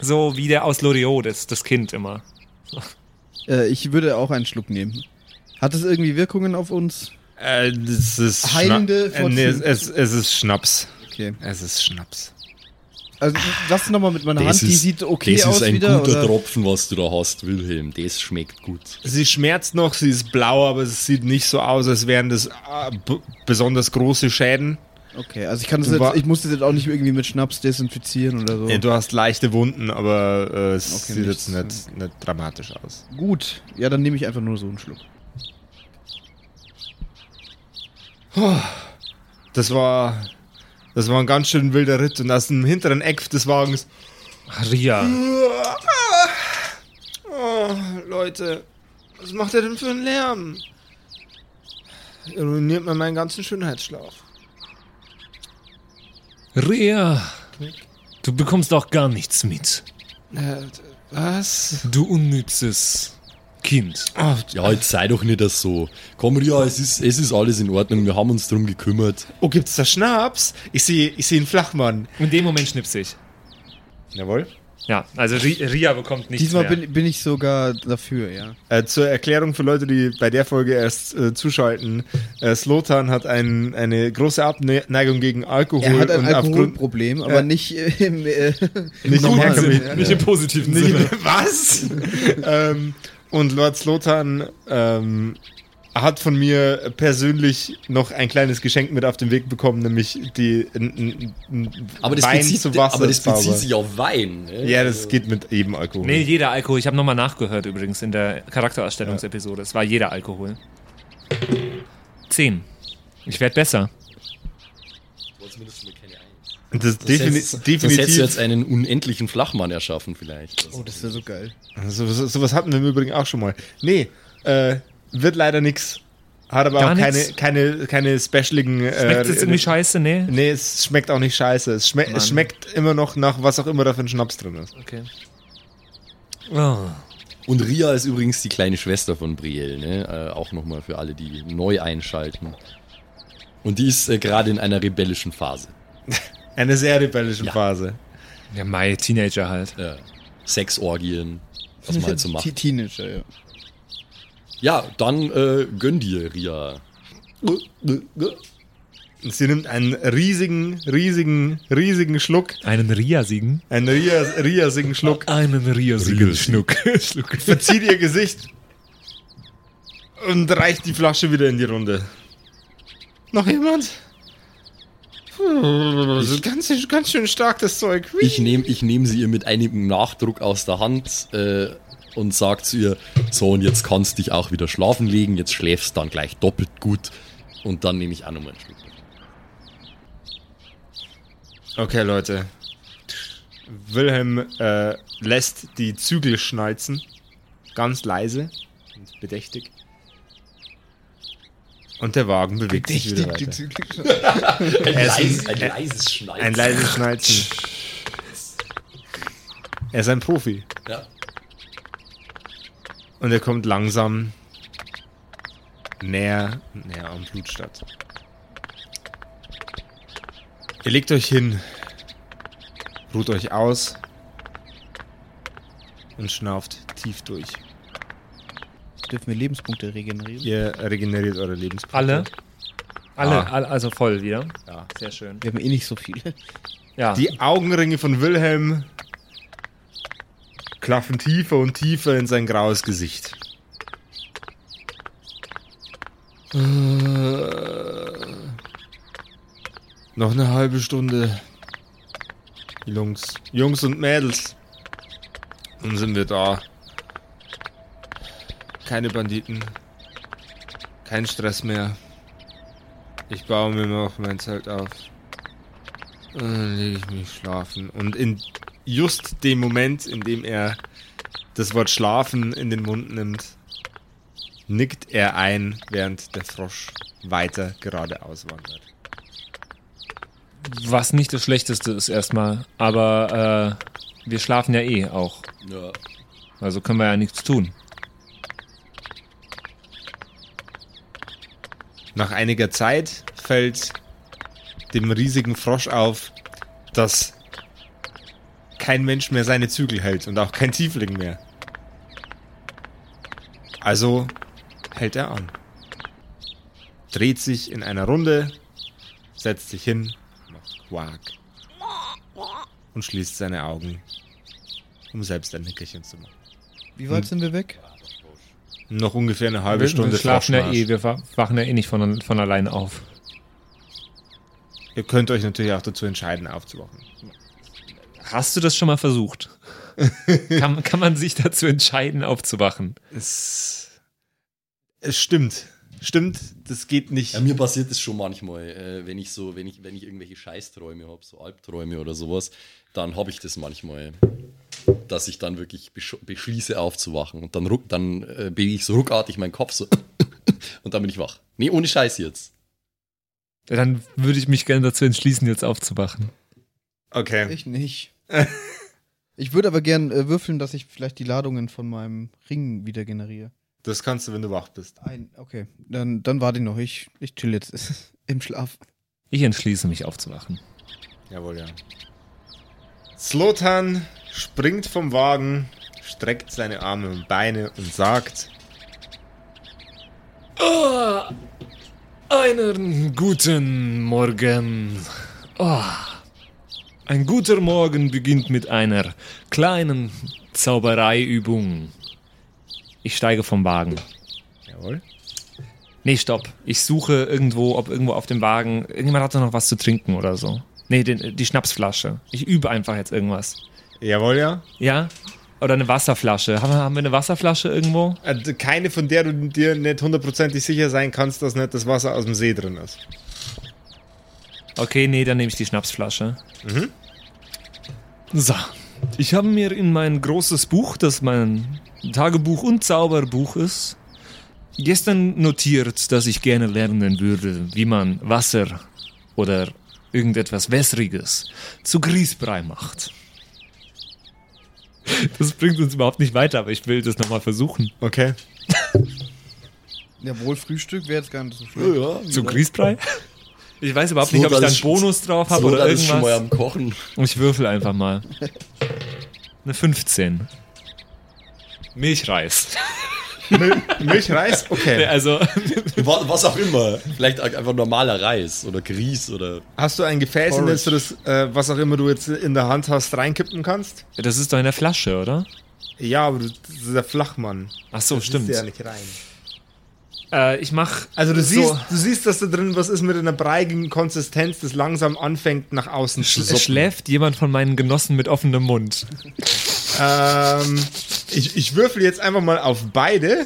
B: so wie der aus Loriot, das, das Kind immer.
C: Äh, ich würde auch einen Schluck nehmen. Hat es irgendwie Wirkungen auf uns?
D: Äh, das ist Schna-
C: Heilende
D: äh, nee, es,
C: Vorzüge.
D: es, es ist Schnaps.
C: Okay.
D: Es ist Schnaps.
C: Also das nochmal mit meiner
A: Das
C: Hand, die
A: ist-
C: sieht okay
A: das
C: aus
A: ist ein
C: wieder.
A: guter
C: oder?
A: Tropfen, was du da hast, Wilhelm. Das schmeckt gut.
D: Sie schmerzt noch, sie ist blau, aber es sieht nicht so aus, als wären das ah, b- besonders große Schäden.
C: Okay, also ich kann das
D: Du war-
C: jetzt, ich muss das jetzt auch nicht irgendwie mit Schnaps desinfizieren oder so.
D: Ja, du hast leichte Wunden, aber äh, es
C: Okay,
D: sieht
C: nichts.
D: jetzt nicht, nicht dramatisch aus.
C: Gut, ja, dann nehme ich einfach nur so einen Schluck.
D: Das war, das war ein ganz schön wilder Ritt und aus dem hinteren Eck des Wagens.
B: Ria,
D: Oh, Leute, was macht ihr denn für einen Lärm? Ihr ruiniert mir meinen ganzen Schönheitsschlauch.
B: Ria, du bekommst auch gar nichts mit.
D: Äh, was?
B: Du unnützes Kind.
A: Ja, jetzt sei doch nicht das so. Komm, Ria, es ist, es ist alles in Ordnung. Wir haben uns drum gekümmert.
D: Oh, gibt's da Schnaps? Ich sehe ich seh einen Flachmann.
B: In dem Moment schnips ich.
D: Jawohl.
B: Ja, also Ri- Ria bekommt nichts
C: Diesmal
B: mehr.
C: bin, bin ich sogar dafür, ja.
D: Äh, zur Erklärung für Leute, die bei der Folge erst äh, zuschalten. Äh, Slotan hat ein, eine große Abneigung gegen Alkohol.
C: Er hat ein
D: und aufgrund
C: Alkoholproblem, aber
D: äh,
C: nicht äh, im, äh,
D: Nicht
C: im normalen
D: im
C: Sinne.
B: Nicht im positiven
D: nicht,
B: Sinne.
D: Was? ähm, und Lord Slotan ähm, hat von mir persönlich noch ein kleines Geschenk mit auf den Weg bekommen, nämlich die n, n, n,
F: Aber das,
D: Wein
F: bezieht,
D: zu Wasser.
F: aber das bezieht
D: Zauber.
F: sich auf Wein. Ne?
D: ja, das geht mit eben Alkohol.
B: Nee, jeder Alkohol. Ich habe nochmal nachgehört übrigens in der Charakterausstellungsepisode. Es war jeder Alkohol. Zehn. Ich werde besser.
D: das
F: Das
D: defini
F: heißt, Sonst hättest du
D: definitiv.
F: jetzt einen unendlichen Flachmann erschaffen, vielleicht.
C: Oh, das wäre so geil.
D: So, so, sowas hatten wir im Übrigen auch schon mal. Nee, äh, wird leider nix. Hat aber
B: Gar
D: auch keine,
B: nix?
D: keine, keine specialigen. äh,
B: Äh,
E: Schmeckt jetzt irgendwie scheiße, ne?
D: Nee, es schmeckt auch nicht scheiße. Es, schme es schmeckt immer noch nach was auch immer da für ein Schnaps drin ist.
B: Okay. Oh.
F: Und Ria ist übrigens die kleine Schwester von Brielle, ne? Äh, auch nochmal für alle, die neu einschalten.
A: Und die ist äh, gerade in einer rebellischen Phase.
D: Eine sehr rebellische Phase.
B: Ja, Mai, Teenager halt.
A: Äh, Sexorgien, was man halt so macht.
C: Te- Teenager, ja.
A: Ja, dann äh, gönn dir, Ria.
D: Und sie nimmt einen riesigen, riesigen, riesigen Schluck.
B: Einen Ria-Siegen?
D: Einen rias- riesigen Schluck.
B: Einen Ria-Siegen. Schnuck. Schluck.
D: Verzieht ihr Gesicht. Und reicht die Flasche wieder in die Runde. Noch jemand? Das ist ganz, ganz schön stark, das Zeug.
A: Ich nehme ich nehm sie ihr mit einigem Nachdruck aus der Hand äh, und sag zu ihr, so und jetzt kannst dich auch wieder schlafen legen, jetzt schläfst dann gleich doppelt gut und dann nehme ich auch nochmal einen Schluck.
D: Okay, Leute. Wilhelm äh, lässt die Zügel schnalzen. Ganz leise und bedächtig. Und der Wagen bewegt sich wieder weiter. Er ist ein, ein,
A: leises Schneiden.
D: ein leises Schnalzen. Er ist ein Profi.
A: Ja.
D: Und er kommt langsam näher, und näher am Blutstadt. Ihr legt euch hin, ruht euch aus und schnauft tief durch.
C: Dürfen wir Lebenspunkte regenerieren?
D: Ihr regeneriert eure Lebenspunkte.
E: Alle? Alle,
D: Ah.
E: alle, also voll wieder.
D: Ja.
E: Sehr schön.
C: Wir haben eh nicht so viele.
E: Ja.
D: Die Augenringe von Wilhelm klaffen tiefer und tiefer in sein graues Gesicht. Äh, Noch eine halbe Stunde. Jungs, Jungs und Mädels. Dann sind wir da. Keine Banditen. Kein Stress mehr. Ich baue mir noch mein Zelt auf. Dann lege Äh, ich mich schlafen. Und in just dem Moment, in dem er das Wort schlafen in den Mund nimmt, nickt er ein, während der Frosch weiter geradeaus wandert.
B: Was nicht das Schlechteste ist erstmal, aber äh, wir schlafen ja eh auch.
A: Ja.
B: Also können wir ja nichts tun.
D: Nach einiger Zeit fällt dem riesigen Frosch auf, dass kein Mensch mehr seine Zügel hält und auch kein Tiefling mehr. Also hält er an. Dreht sich in einer Runde, setzt sich hin, macht Quack und schließt seine Augen, um selbst ein Nickerchen zu machen.
C: Wie weit sind wir weg?
D: Noch ungefähr eine halbe Stunde
B: wir schlafen ja
D: Froschmarsch.
B: eh, wir wa- wachen ja eh nicht von, von allein auf.
D: Ihr könnt euch natürlich auch dazu entscheiden, aufzuwachen.
B: Hast du das schon mal versucht? kann, kann man sich dazu entscheiden, aufzuwachen?
D: Es, es stimmt. Stimmt, das geht nicht.
A: Ja, mir passiert das schon manchmal, äh, wenn ich so, wenn ich, wenn ich irgendwelche Scheißträume habe, so Albträume oder sowas, dann habe ich das manchmal, dass ich dann wirklich besch beschließe aufzuwachen und dann ruck, dann äh, bewege ich so ruckartig meinen Kopf so und dann bin ich wach. Nee, ohne Scheiß jetzt.
B: Ja, Dann würde ich mich gerne dazu entschließen, jetzt aufzuwachen.
D: Okay.
C: Ich nicht. Ich würde aber gern äh, würfeln, dass ich vielleicht die Ladungen von meinem Ring wieder generiere.
D: Das kannst du, wenn du wach bist.
C: Ein, okay, dann, dann warte ich noch. Ich, ich chill jetzt im Schlaf.
B: Ich entschließe mich aufzuwachen.
D: Jawohl, ja. Slotan springt vom Wagen, streckt seine Arme und Beine und sagt:
B: Einen guten Morgen. Oh. Ein guter Morgen beginnt mit einer kleinen Zaubereiübung. Ich steige vom Wagen.
D: Jawohl.
B: Nee, stopp. Ich suche irgendwo, ob irgendwo auf dem Wagen. Irgendjemand hat doch noch was zu trinken oder so. Nee, den, die Schnapsflasche. Ich übe einfach jetzt irgendwas.
D: Jawohl, ja.
B: Ja? Oder eine Wasserflasche. Haben wir, haben wir eine Wasserflasche irgendwo?
D: Also keine, von der du dir nicht hundertprozentig sicher sein kannst, dass nicht das Wasser aus dem See drin ist.
B: Okay, nee, dann nehme ich die Schnapsflasche. Mhm. So. Ich habe mir in mein großes Buch, das mein Tagebuch und Zauberbuch ist, gestern notiert, dass ich gerne lernen würde, wie man Wasser oder irgendetwas Wässriges zu Grießbrei macht. Das bringt uns überhaupt nicht weiter, aber ich will das nochmal versuchen.
D: Okay.
C: Ja, wohl Frühstück wäre jetzt gar nicht so schlecht.
B: Zu Grießbrei? Ich weiß überhaupt nicht, ob ich da
F: Zwodalis-
B: einen Bonus drauf habe
F: Oder
B: oder
F: ist schon mal am
B: irgendwas.
F: Kochen.
B: Und ich würfel einfach mal. Eine 15. Milchreis.
D: Milchreis? Okay.
B: Also,
F: Wa- Was auch immer. Vielleicht auch einfach normaler Reis oder Grieß oder.
D: Hast du ein Gefäß, in das du das, äh, was auch immer du jetzt in der Hand hast, reinkippen kannst?
B: das ist doch in der Flasche, oder?
D: Ja, aber du, das ist der Flachmann.
B: Ach so, stimmt.
D: Ist ja nicht rein.
B: Äh, ich mach.
D: Also du
B: so
D: siehst, du siehst, dass da drin was ist mit einer breigen Konsistenz, das langsam anfängt nach außen zu
B: Es
D: suppen.
B: schläft jemand von meinen Genossen mit offenem Mund.
D: Ähm, ich, ich würfel jetzt einfach mal auf beide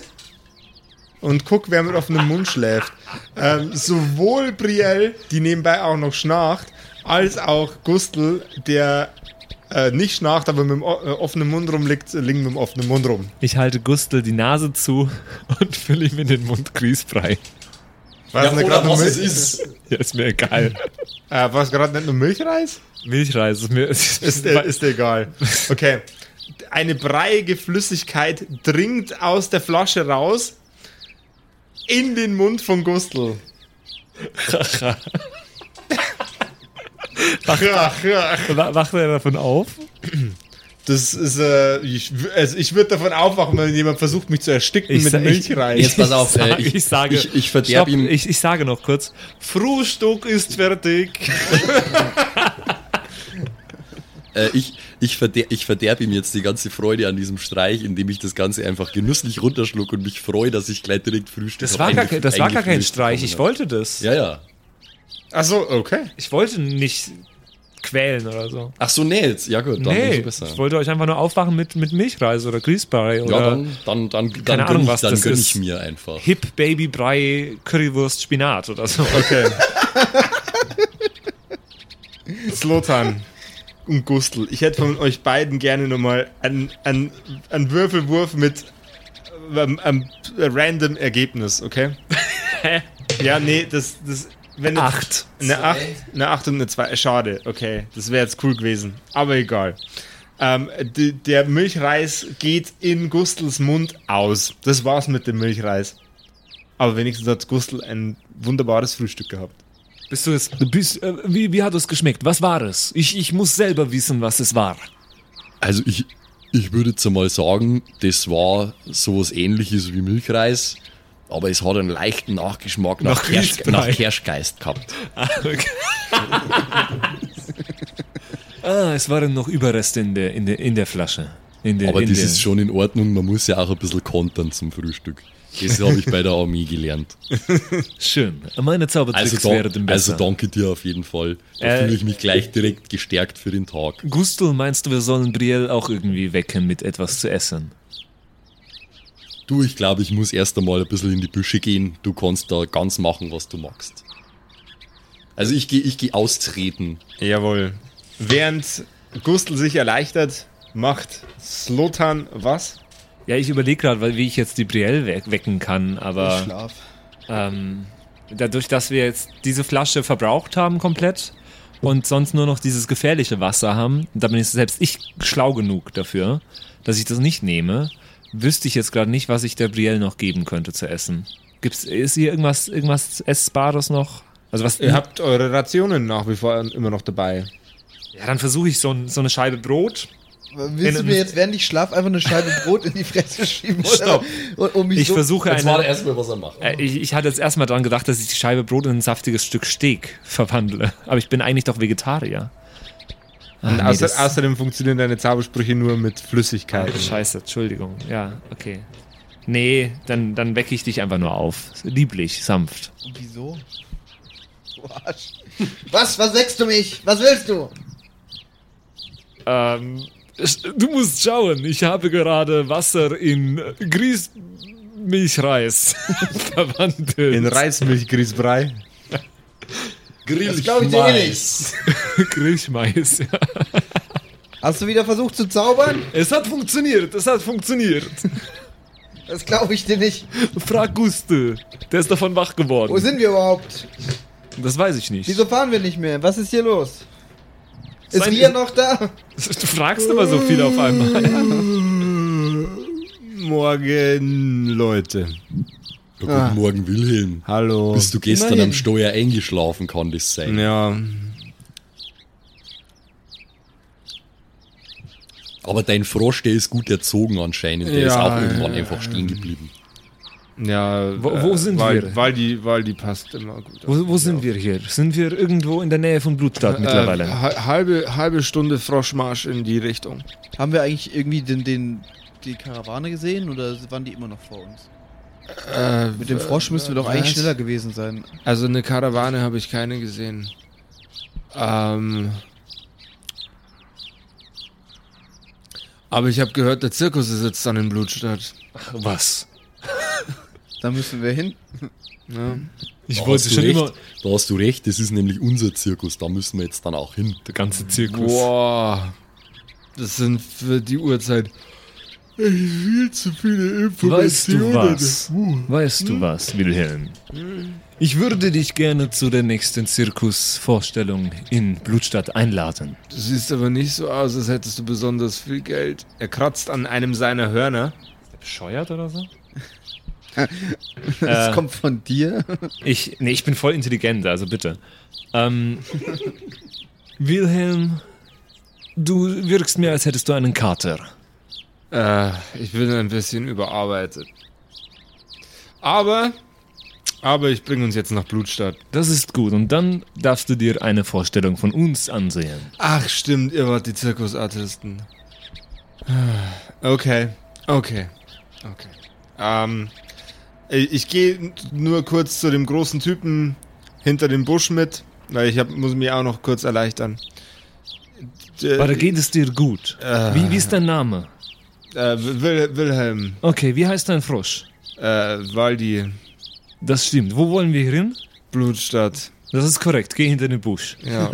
D: und guck, wer mit offenem Mund schläft. Ähm, sowohl Brielle, die nebenbei auch noch schnarcht, als auch Gustl, der äh, nicht schnarcht, aber mit dem o- äh, offenen Mund rumliegt, äh, liegen mit dem offenen Mund rum.
B: Ich halte Gustel die Nase zu und fülle ihm in den Mund Grießbrei. Also
D: Was
F: Ja, oder was es ist.
B: Ja, ist mir egal.
D: Äh, war es gerade nicht nur Milchreis?
B: Milchreis ist mir. Ist,
D: Ist, dir- ist dir egal. Okay. Eine breiige Flüssigkeit dringt aus der Flasche raus in den Mund von Gustl. Ach, ja.
B: wa- wacht er davon auf?
D: Das ist, äh, ich, w- also ich würde davon aufwachen, wenn jemand versucht, mich zu ersticken
B: Ich
D: mit
B: sa- ich-
D: Milchreis.
F: Jetzt pass auf,
B: ich,
F: äh,
B: sag- ich,
F: ich-
B: sage.
F: ich- ich verderb
B: Stopp,
F: ihm-
B: Ich, ich sage noch kurz: Frühstück ist fertig.
F: Äh, ich, ich, verder ich verderb ihm jetzt die ganze Freude an diesem Streich, indem ich das Ganze einfach genüsslich runterschluck und mich freue, dass ich gleich direkt Frühstück
B: Das
F: hab
B: war, gar,
F: eingef-
B: kein- das war gar kein
F: eingeflößt
B: Streich.
F: bekommen
B: Ich
F: hab.
B: wollte das.
F: Ja, ja.
D: Ach so, okay.
B: Ich wollte nicht quälen oder so.
F: Ach so, nee, jetzt. Ja, gut, dann
B: nee,
F: umso besser.
B: ich wollte euch einfach nur aufwachen mit, mit Milchreis oder Grießbrei oder
F: ja, dann, dann, dann, dann,
B: Keine
F: gönn
B: Ahnung,
F: ich,
B: was
F: dann
B: das
F: gönn
B: ist.
F: ich mir einfach.
B: Hip Baby Brei Currywurst Spinat oder so.
D: Okay. Slotan und Gustl, ich hätte von euch beiden gerne nochmal einen, einen, einen Würfelwurf mit ähm, einem random Ergebnis, okay? ja, nee, das. das wenn eine-
B: Acht.
D: Eine 8, eine 8 und eine 2. Schade, okay. Das wäre jetzt cool gewesen. Aber egal. Ähm, d- der Milchreis geht in Gustls Mund aus. Das war's mit dem Milchreis. Aber wenigstens hat Gustl ein wunderbares Frühstück gehabt.
B: Bist du es? Bist, äh, wie, wie hat es geschmeckt? Was war es? Ich, ich muss selber wissen, was es war.
A: Also ich, ich würde jetzt einmal sagen, das war sowas ähnliches wie Milchreis, aber es hat einen leichten Nachgeschmack nach,
B: Nach
A: Kirsch,
B: Grießbrei.
A: nach Kirschgeist gehabt.
B: Ah, es waren noch Überreste in der, in der, in der Flasche. In der,
A: Aber
B: in
A: das
B: der.
A: ist schon in Ordnung, man muss ja auch ein bisschen kontern zum Frühstück. Das habe ich bei der Armee gelernt.
B: schön. Meine Zaubertricks
A: Also, dan-
B: werden besser.
A: also danke dir auf jeden Fall. Da
B: Äh,
A: fühle ich mich gleich direkt gestärkt für den Tag.
B: Gustl, meinst du, wir sollen Brielle auch irgendwie wecken mit etwas zu essen?
A: Du, ich glaube, ich muss erst einmal ein bisschen in die Büsche gehen. Du kannst da ganz machen, was du magst. Also ich gehe ich geh austreten.
D: Jawohl. Während Gustl sich erleichtert, macht Slotan was?
B: Ja, ich überlege gerade, wie ich jetzt die Brielle we wecken kann, aber.
C: Schlaf.
B: Ähm, dadurch, dass wir jetzt diese Flasche verbraucht haben komplett und sonst nur noch dieses gefährliche Wasser haben, da bin ich selbst ich schlau genug dafür, dass ich das nicht nehme, wüsste ich jetzt gerade nicht, was ich der Brielle noch geben könnte zu essen. Gibt's, ist hier irgendwas, irgendwas Essbares noch? Also was,
D: Ihr habt eure Rationen nach wie vor immer noch dabei.
B: ja, dann versuche ich so, ein, so eine Scheibe Brot.
C: Äh, Willst du
B: In-
C: mir jetzt, während ich schlaf, einfach eine Scheibe Brot in die Fresse schieben? oder?
B: Stopp.
C: Und, um mich
B: Ich
C: so
B: versuche
F: Jetzt war
B: eine,
F: erstmal, was er macht.
B: äh, ich, ich hatte jetzt erstmal dran gedacht, dass ich die Scheibe Brot in ein saftiges Stück Steak verwandle. Aber ich bin eigentlich doch Vegetarier. Ah,
D: Und
B: nee,
D: außer,
B: das-
D: außerdem funktionieren deine Zaubersprüche nur mit Flüssigkeit.
B: Scheiße, Entschuldigung. Ja, okay. Nee, dann, dann wecke ich dich einfach nur auf. Lieblich, sanft.
C: Wieso? Du Arsch. Was? Was wächst du mich? Was willst du?
B: Ähm, du musst schauen, ich habe gerade Wasser in Grießmilchreis verwandelt.
D: In Reismilchgrießbrei.
F: Grill das
C: glaub ich dir eh
B: Grießmais.
C: Hast du wieder versucht zu zaubern?
B: Es hat funktioniert, es hat funktioniert.
C: Das glaube ich dir nicht.
B: Frag Guste. Der ist davon wach
C: Wo
B: geworden.
C: sind wir überhaupt?
B: Das weiß ich nicht.
C: Wieso fahren wir nicht mehr? Was ist hier los? Ist
B: Sein-
C: Ria noch da?
B: Du fragst immer so viel auf einmal.
D: Morgen, Leute.
A: Ja,
D: Ah.
A: guten Morgen, Wilhelm.
D: Hallo.
A: Bist du gestern
C: Immerhin.
A: am Steuer eingeschlafen, kann das sein?
D: ja,
A: Aber dein Frosch, der ist gut erzogen anscheinend. Der ist
D: Ja,
A: auch irgendwann einfach stehen geblieben.
D: ja. äh,
B: Wo- wo sind
D: weil,
B: wir?
D: Weil die, weil die passt immer gut. auf.
B: Wo, wo sind wir hier? Sind wir irgendwo in der Nähe von Blutstadt
D: Äh,
B: mittlerweile?
D: ha- halbe, halbe Stunde Froschmarsch in die Richtung.
C: Haben wir eigentlich irgendwie den, den, die Karawane gesehen oder waren die immer noch vor uns?
D: Äh,
C: Mit dem Frosch müssen wir doch eigentlich
D: was?
C: schneller gewesen sein.
D: Also eine Karawane habe ich keine gesehen. Ähm. Aber ich habe gehört, der Zirkus ist jetzt dann in Blutstadt.
B: Was?
C: Da müssen wir hin.
D: Ja.
B: Ich
A: Da
B: wollte
A: hast du
B: schon
A: recht.
B: immer.
A: Da hast du recht, das ist nämlich unser Zirkus, da müssen wir jetzt dann auch hin.
B: Der ganze Zirkus.
D: Boah. Das sind für die Uhrzeit viel zu viele
B: Weißt du
D: Informationen.
B: was? Weißt du was, Wilhelm? Ich würde dich gerne zu der nächsten Zirkusvorstellung in Blutstadt einladen.
D: Du siehst aber nicht so aus, als hättest du besonders viel Geld. Er kratzt an einem seiner Hörner.
B: Bescheuert oder so?
C: Das kommt von dir.
B: Ich, nee, ich bin voll intelligent, also bitte. Ähm, Wilhelm, du wirkst mir, als hättest du einen Kater.
D: Äh, ich bin ein bisschen überarbeitet. Aber, aber ich bringe uns jetzt nach Blutstadt.
B: Das ist gut. Und dann darfst du dir eine Vorstellung von uns ansehen.
D: Ach stimmt, ihr wart die Zirkusartisten. Ah, Okay, okay, okay. Ähm, ich ich gehe nur kurz zu dem großen Typen hinter dem Busch mit, weil ich hab, muss mich auch noch kurz erleichtern. Äh, D-
B: Aber geht es dir gut?
D: Äh.
B: Wie, wie ist dein Name?
D: äh, Wil Wilhelm,
B: Okay, wie heißt dein Frosch?
D: äh, Waldi,
B: Das stimmt. Wo wollen wir hin?
D: Blutstadt.
B: Das ist korrekt. Geh hinter den Busch.
D: Ja.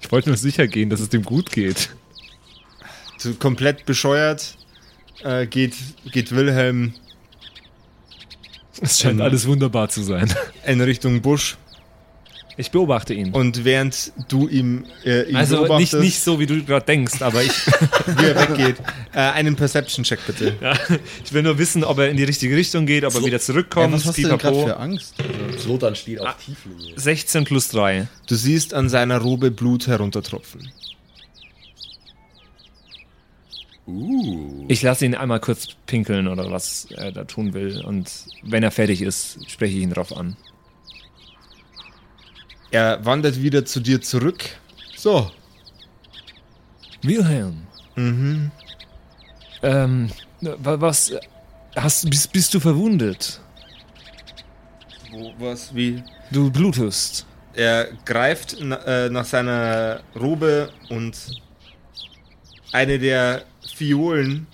B: Ich wollte nur sicher gehen, dass es dem gut geht.
D: so komplett bescheuert äh, geht, geht Wilhelm
B: Es
D: Mhm.
B: scheint alles wunderbar zu sein.
D: in Richtung Busch
B: Ich beobachte ihn.
D: und während du ihm, äh, ihn
B: also nicht,
D: beobachtest,
B: nicht so, wie du gerade denkst, aber ich,
D: wie er weggeht, äh, einen Perception-Check bitte.
B: ja, ich will nur wissen, ob er in die richtige Richtung geht, ob er wieder
C: Ja,
B: zurückkommt.
C: was hast du denn gerade für Angst?
F: So, dann steht
B: Ah.
F: auf Tieflinie.
B: 16 plus 3.
D: Du siehst an seiner Robe Blut heruntertropfen.
A: Uh,
B: Ich lasse ihn einmal kurz pinkeln oder was er da tun will. Und wenn er fertig ist, spreche ich ihn drauf an.
D: Er wandert wieder zu dir zurück. So,
B: Wilhelm. Mhm. Ähm, wa- was. Hast, bist, bist du verwundet?
D: wo, was, wie?
B: Du blutest.
D: Er greift na, äh, nach seiner Robe und eine der Fiolen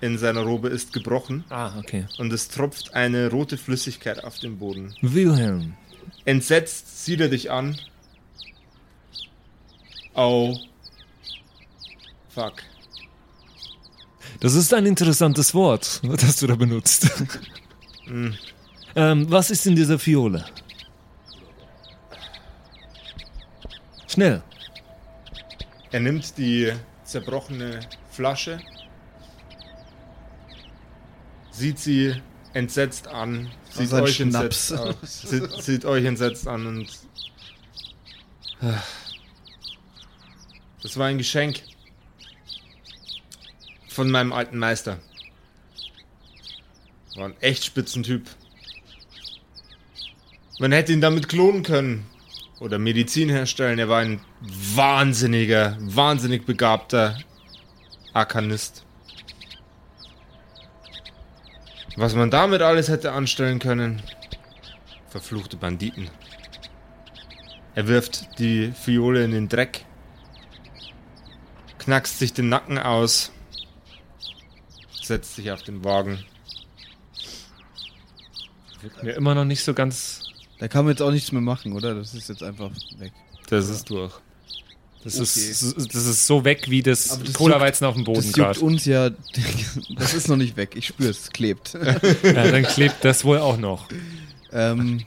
D: in seiner Robe ist gebrochen.
B: Ah, okay.
D: und es tropft eine rote Flüssigkeit auf den Boden.
B: Wilhelm.
D: Entsetzt sieht er dich an. Au. Fuck.
B: Das ist ein interessantes Wort, das du da benutzt.
C: Hm.
B: ähm, was ist in dieser Fiole? Schnell.
D: Er nimmt die zerbrochene Flasche, sieht sie entsetzt an, sieht
C: ein
D: euch
C: Schnaps.
D: entsetzt, an, sieht, sieht euch entsetzt an und das war ein Geschenk von meinem alten Meister. War ein echt spitzen Typ. Man hätte ihn damit klonen können oder Medizin herstellen. Er war ein wahnsinniger, wahnsinnig begabter Arkanist. Was man damit alles hätte anstellen können. Verfluchte Banditen. Er wirft die Fiole in den Dreck, knackst sich den Nacken aus, setzt sich auf den Wagen.
B: Mir immer noch nicht so ganz.
C: Da kann man jetzt auch nichts mehr machen, oder? Das ist jetzt einfach weg.
D: Das ist durch.
B: Das, ist, das ist so weg wie das,
C: das
B: Cola-Weizen auf dem Boden
C: Das juckt
B: gerade.
C: uns ja. Das ist noch nicht weg. Ich spüre es, klebt.
B: Ja, dann klebt das wohl auch noch.
C: ähm,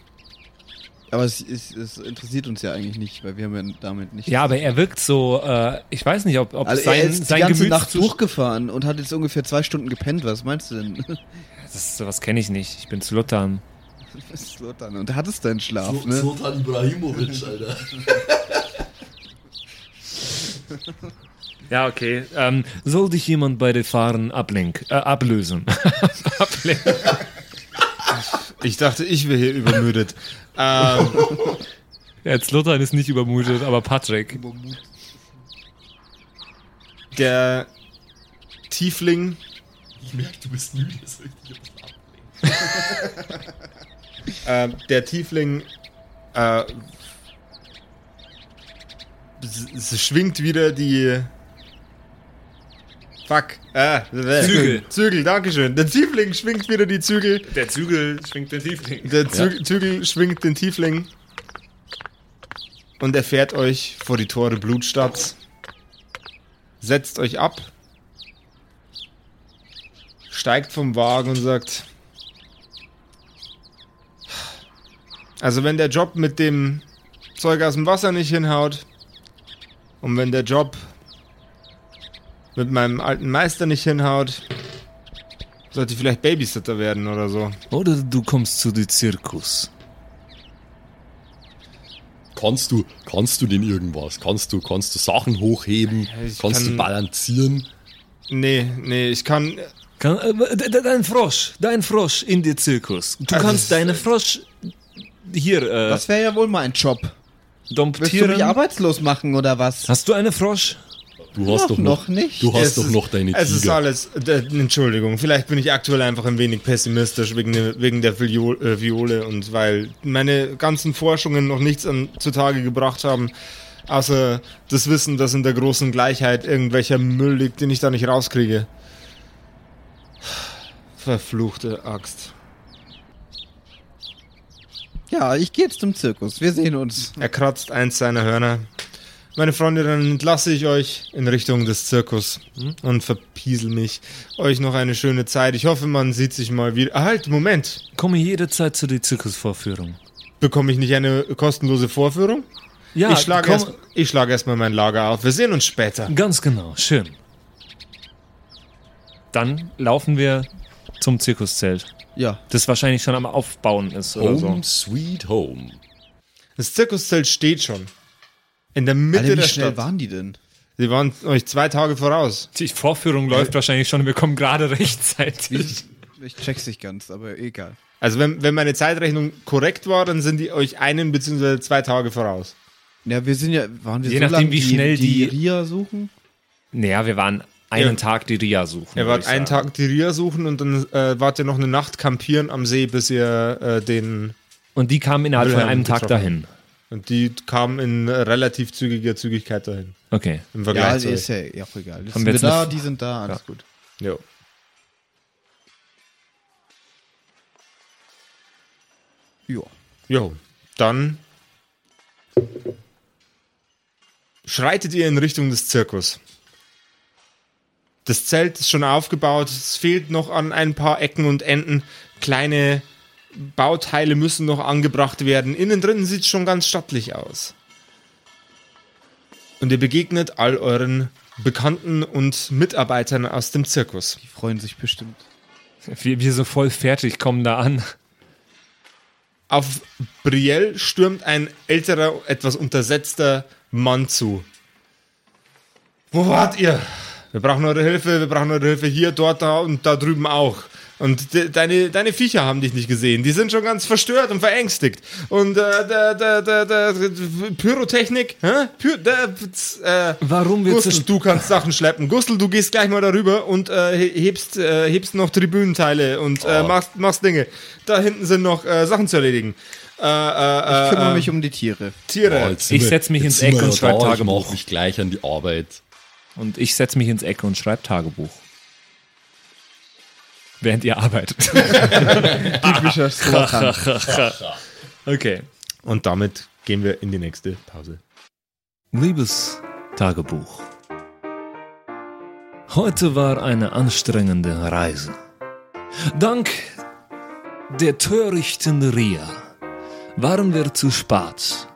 C: aber es, es, es interessiert uns ja eigentlich nicht, weil wir haben ja damit nicht.
B: Ja, aber er wirkt so, äh, ich weiß nicht, ob, ob
C: also
B: sein,
C: er ist die
B: sein
C: ganze Nacht
B: Gemütszustand-
C: durchgefahren und hat jetzt ungefähr zwei Stunden gepennt. Was meinst du denn?
B: Das, sowas kenne ich nicht. Ich bin zu Luttern.
C: Was ist los dann? Und hattest deinen Schlaf,
A: So-
C: ne?
A: Zlatan Ibrahimovic, Alter.
B: Ja, okay. Ähm, soll dich jemand bei der Fahren ablenk, äh, ablösen? Ablenken.
D: Ich dachte, ich wäre hier übermüdet. ähm,
B: Jetzt Luttern ist nicht übermutet, aber Patrick.
D: der Tiefling
A: Ich merke, du bist müde. so richtig.
D: Ähm, der Tiefling äh, s- s- schwingt wieder die. Fuck. Äh,
B: Zügel.
D: Zügel, Dankeschön. Der Tiefling schwingt wieder die Zügel.
E: Der Zügel schwingt den Tiefling.
D: Der Zü Zügel schwingt den Tiefling. Und er fährt euch vor die Tore Blutstadts. Setzt euch ab. Steigt vom Wagen und sagt. Also wenn der Job mit dem Zeug aus dem Wasser nicht hinhaut. Und wenn der Job mit meinem alten Meister nicht hinhaut. Sollte ich vielleicht Babysitter werden oder so.
B: Oder du kommst zu den Zirkus.
A: Kannst du, kannst du denn irgendwas? Kannst du, kannst du Sachen hochheben?
D: ich
A: kannst
D: kann-
A: du balancieren?
D: Nee, nee, ich kann.
B: Kann, äh, de- de- dein Frosch, dein Frosch in den Zirkus. Du kannst deine Frosch hier äh,
C: Das wäre ja wohl mal ein Job. Willst du mich
B: domptieren.
C: arbeitslos machen oder was?
B: Hast du eine Frosch?
A: Du hast
C: Noch-
A: doch noch,
C: noch nicht.
A: Du
D: Es
A: hast doch
D: ist-
A: noch deine
D: Es ist
A: Tiger.
D: alles. d- Entschuldigung, vielleicht bin ich aktuell einfach ein wenig pessimistisch wegen, der- wegen der Viol- äh, Viole und weil meine ganzen Forschungen noch nichts an, zutage gebracht haben, außer das Wissen, dass in der großen Gleichheit irgendwelcher Müll liegt, den ich da nicht rauskriege. Verfluchte Axt.
C: Ja, ich gehe jetzt zum Zirkus. Wir sehen uns.
D: Er kratzt eins seiner Hörner. Meine Freunde, dann entlasse ich euch in Richtung des Zirkus
C: Hm?
D: und verpiesel mich. Euch noch eine schöne Zeit. Ich hoffe, man sieht sich mal wieder. Ah, Halt, Moment.
B: Komme jederzeit zu der Zirkusvorführung.
D: Bekomme ich nicht eine kostenlose Vorführung?
B: Ja,
D: ich schlage
B: komm-
D: erst- ich schlage erstmal mein Lager auf. Wir sehen uns später.
B: Ganz genau, schön. Dann laufen wir zum Zirkuszelt,
C: Ja.
B: das wahrscheinlich schon am Aufbauen ist oder so.
A: Home sweet home.
D: Das Zirkuszelt steht schon. In der Mitte
C: Alter,
D: der
C: Also wie schnell
D: Stadt.
C: waren die denn?
D: Sie waren euch zwei Tage voraus.
B: Die Vorführung läuft wahrscheinlich schon, wir kommen gerade rechtzeitig.
C: Ich check's nicht ganz, aber egal.
D: Also wenn, wenn meine Zeitrechnung korrekt war, dann sind die euch einen bzw. zwei Tage voraus.
C: Ja, wir sind ja, waren wir
B: Je
C: so
B: nachdem,
C: lang,
B: wie schnell
C: die,
B: die-
C: Ria suchen?
B: Naja, wir waren einen
D: Ja.
B: Tag die Ria suchen.
D: Ihr
B: würde
D: wart
B: ich
D: einen
B: sagen.
D: Tag die Ria suchen und dann äh, wart ihr noch eine Nacht kampieren am See, bis ihr äh, den.
B: Und die kamen innerhalb von
D: Wilhelm
B: einem Tag
D: getroffen.
B: dahin.
D: Und die kamen in relativ zügiger Zügigkeit dahin.
B: Okay.
D: Im
C: Ja,
D: Vergleich
C: also
D: zu
C: ist
D: euch.
C: ja, ja auch egal. Jetzt
B: Haben wir
C: sind wir
B: jetzt
C: da,
B: eine-
C: die sind da, alles gut.
D: Jo.
C: Ja.
D: jo. Dann schreitet ihr in Richtung des Zirkus. Das Zelt ist schon aufgebaut, es fehlt noch an ein paar Ecken und Enden. Kleine Bauteile müssen noch angebracht werden. Innen drin sieht es schon ganz stattlich aus. Und ihr begegnet all euren Bekannten und Mitarbeitern aus dem Zirkus.
C: Die freuen sich bestimmt.
B: Wir, wir so voll fertig kommen da an.
D: Auf Brielle stürmt ein älterer, etwas untersetzter Mann zu. Wo wart ihr? Wir brauchen eure Hilfe, wir brauchen eure Hilfe hier, dort, da und da drüben auch. Und de deine, deine Viecher haben dich nicht gesehen. Die sind schon ganz verstört und verängstigt. Und äh, da, da, da, da, Pyrotechnik, hä? Py da, pz, äh,
B: Warum wir
D: Gustl, du kannst Sachen schleppen. Gustl, du gehst gleich mal darüber und äh, he- hebst, äh, hebst noch Tribünenteile und äh, machst, machst Dinge. Da hinten sind noch äh, Sachen zu erledigen. Äh,
C: Ich
D: äh, äh,
B: ähm.
C: kümmere
D: äh,
C: mich um die Tiere.
A: Ja,
D: Tiere.
A: jetzt sind
B: Äh, Ich
A: wir-
B: setz mich
A: jetzt
B: ins
A: sind
B: Eck
A: wir
B: und
A: ja
B: schreib
A: da, Ich
B: Tagebuch.
A: mach mich gleich an die Arbeit.
B: Und ich setze mich ins Eck und schreibe Tagebuch. Während ihr arbeitet.
C: Typischer Slogan.
B: Okay.
D: und damit gehen wir in die nächste Pause.
B: Liebes Tagebuch. Heute war eine anstrengende Reise. Dank der törichten Ria waren wir zu spät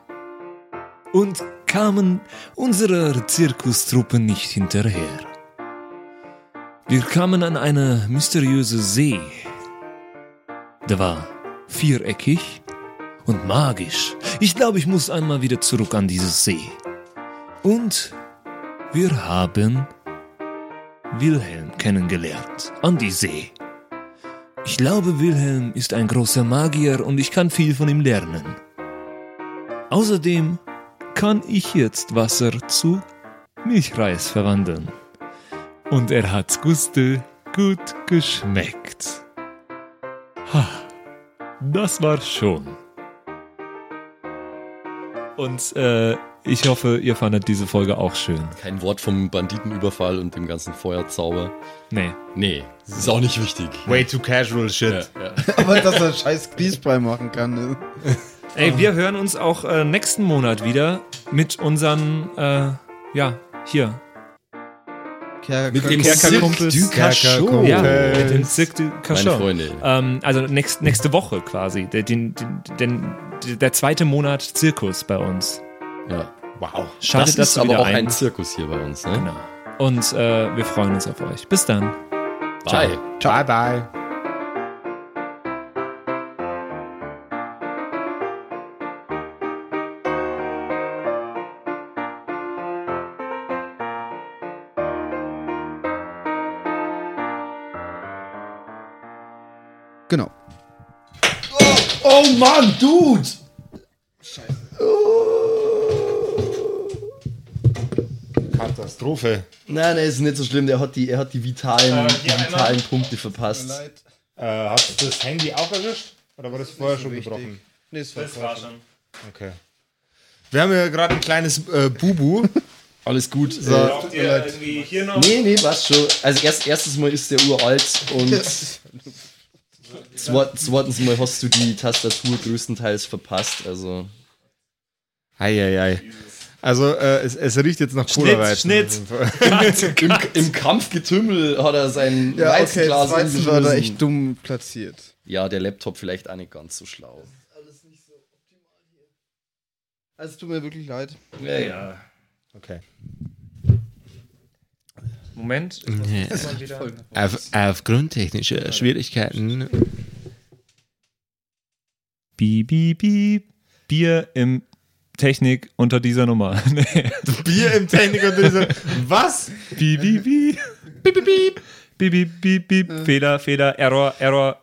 B: und kamen unserer Zirkustruppe nicht hinterher. Wir kamen an eine mysteriöse See. Der war viereckig und magisch. Ich glaube, ich muss einmal wieder zurück an diese See. Und wir haben Wilhelm kennengelernt an die See. Ich glaube, Wilhelm ist ein großer Magier und ich kann viel von ihm lernen. Außerdem kann ich jetzt Wasser zu Milchreis verwandeln. Und er hat's Guste gut geschmeckt. Ha, das war schon. Und äh, ich hoffe, ihr fandet diese Folge auch schön.
A: Kein Wort vom Banditenüberfall und dem ganzen Feuerzauber.
B: Nee.
A: Nee, das ist auch nicht wichtig.
D: Way too casual shit.
C: Aber dass er scheiß Grießbrei machen kann. Ne?
B: Ey, wir hören uns auch äh, nächsten Monat wieder mit unseren, äh, ja, hier.
C: Kerker-
A: Mit dem
C: Kerker-
A: Cirque du Cachot.
B: Ja, mit dem Cirque du
A: Meine
B: Cachot.
A: Freunde.
B: Ähm, also nächst, nächste Woche quasi. Der, den, den, den, der zweite Monat Zirkus bei uns.
A: Ja.
D: Wow.
A: Das
B: Schade, dass
A: ist
B: du
A: aber
B: wieder
A: auch
B: ein.
A: ein Zirkus hier bei uns. Ne?
B: Genau. Und äh, wir freuen uns auf euch. Bis dann.
A: Bye.
D: Bye bye.
C: Genau.
A: Oh Mann, Dude!
D: Katastrophe.
F: Nein, nein, ist nicht so schlimm. Der hat die, er hat die vitalen, vitalen Punkte verpasst.
D: Äh, hast du das Handy auch erwischt? Oder war das vorher schon gebrochen?
C: Nee, es war
D: Okay. Wir haben ja gerade ein kleines äh, Bubu.
F: Alles gut. So.
B: Äh,
D: Braucht
F: Nee, nee, passt schon. Also erst, erstes Mal ist der uralt und zweit- zweitens Mal hast du die Tastatur größtenteils verpasst. Also
D: Eieiei. Also, äh, es, es riecht jetzt nach Cola
B: Schnitt.
F: im, im Kampfgetümmel hat er sein
C: Ja, okay,
F: Reizglas
C: das Weizen war da
F: umgeschmissen.
C: echt dumm platziert.
F: Ja, der Laptop vielleicht auch nicht ganz so schlau.
C: Also es tut mir wirklich leid.
F: Ja, ja.
D: Okay.
B: Moment.
D: Auf, aufgrund technischer Schwierigkeiten.
B: Bi, bi, bi. Bier im Technik unter dieser Nummer. Nee.
D: Bier im Technik und diese. Was?
B: Bi, bi, bi. Bi, bi, bi. Bi, bi, bi, bi. Fehler, Fehler, Error, Error.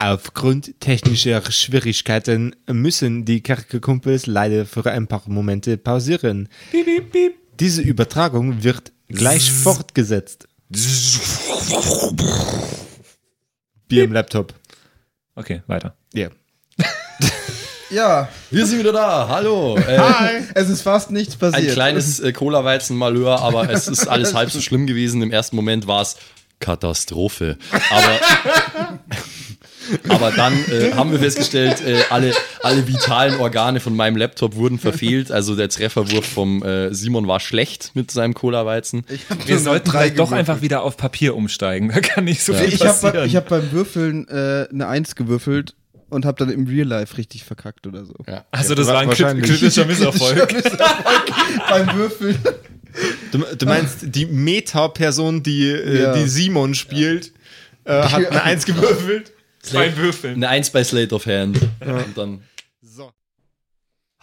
D: Aufgrund technischer Schwierigkeiten müssen die Kerkerkumpels leider für ein paar Momente pausieren.
B: Bi, bi, bi.
D: Diese Übertragung wird gleich fortgesetzt. Bier im Laptop.
B: Okay, weiter.
D: Ja.
C: Ja,
F: Wir sind wieder da. Hallo. Äh,
C: Ah, es ist fast nichts
F: ein
C: passiert.
F: kleines äh, Cola-Weizen-Malheur, aber es ist alles halb so schlimm gewesen. Im ersten Moment war es Katastrophe. Aber, aber dann äh, haben wir festgestellt, äh, alle, alle vitalen Organe von meinem Laptop wurden verfehlt. Also der Trefferwurf vom äh, Simon war schlecht mit seinem Cola-Weizen.
B: Wir sollten
C: drei
B: vielleicht doch
C: gewürfelt.
B: einfach wieder auf Papier umsteigen. Da kann nicht so viel
C: Ich
B: passieren.
C: habe ich hab beim Würfeln äh, eine Eins gewürfelt und habe dann im Real Life richtig verkackt oder so.
B: also das war ein krit-
D: wahrscheinlich.
B: kritischer Misserfolg.
C: beim Würfeln.
D: Du, du meinst, die Meta-Person, die, äh,
C: Ja.
D: die Simon spielt, äh, hat eine Eins gewürfelt.
B: Zwei Würfeln.
F: Eine Eins bei Slate of Hand. Und dann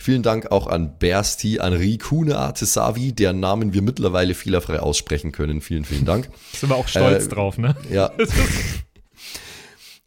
H: Vielen Dank auch an Bersti, an Rikune Artesavi, deren Namen wir mittlerweile fehlerfrei aussprechen können. Vielen, vielen Dank.
B: Sind wir auch stolz
H: Äh,
B: drauf, ne?
H: Ja.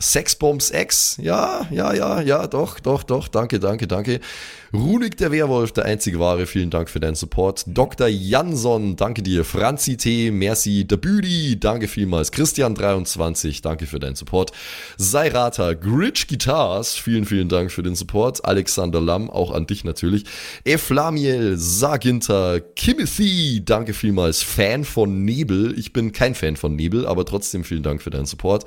H: Sexbombs X, ja, ja, ja, ja, doch, doch, doch, danke, danke, danke. Runik der Werwolf, der einzige Wahre, vielen Dank für deinen Support. Dr. Jansson, danke dir. Franzi T, merci. Der Büdi, danke vielmals. Christian23, danke für deinen Support. Seirata, Gritch Guitars, vielen, vielen Dank für den Support. Alexander Lamm, auch an dich natürlich. Eflamiel, Saginter, Kimothy, danke vielmals. Fan von Nebel, ich bin kein Fan von Nebel, aber trotzdem vielen Dank für deinen Support.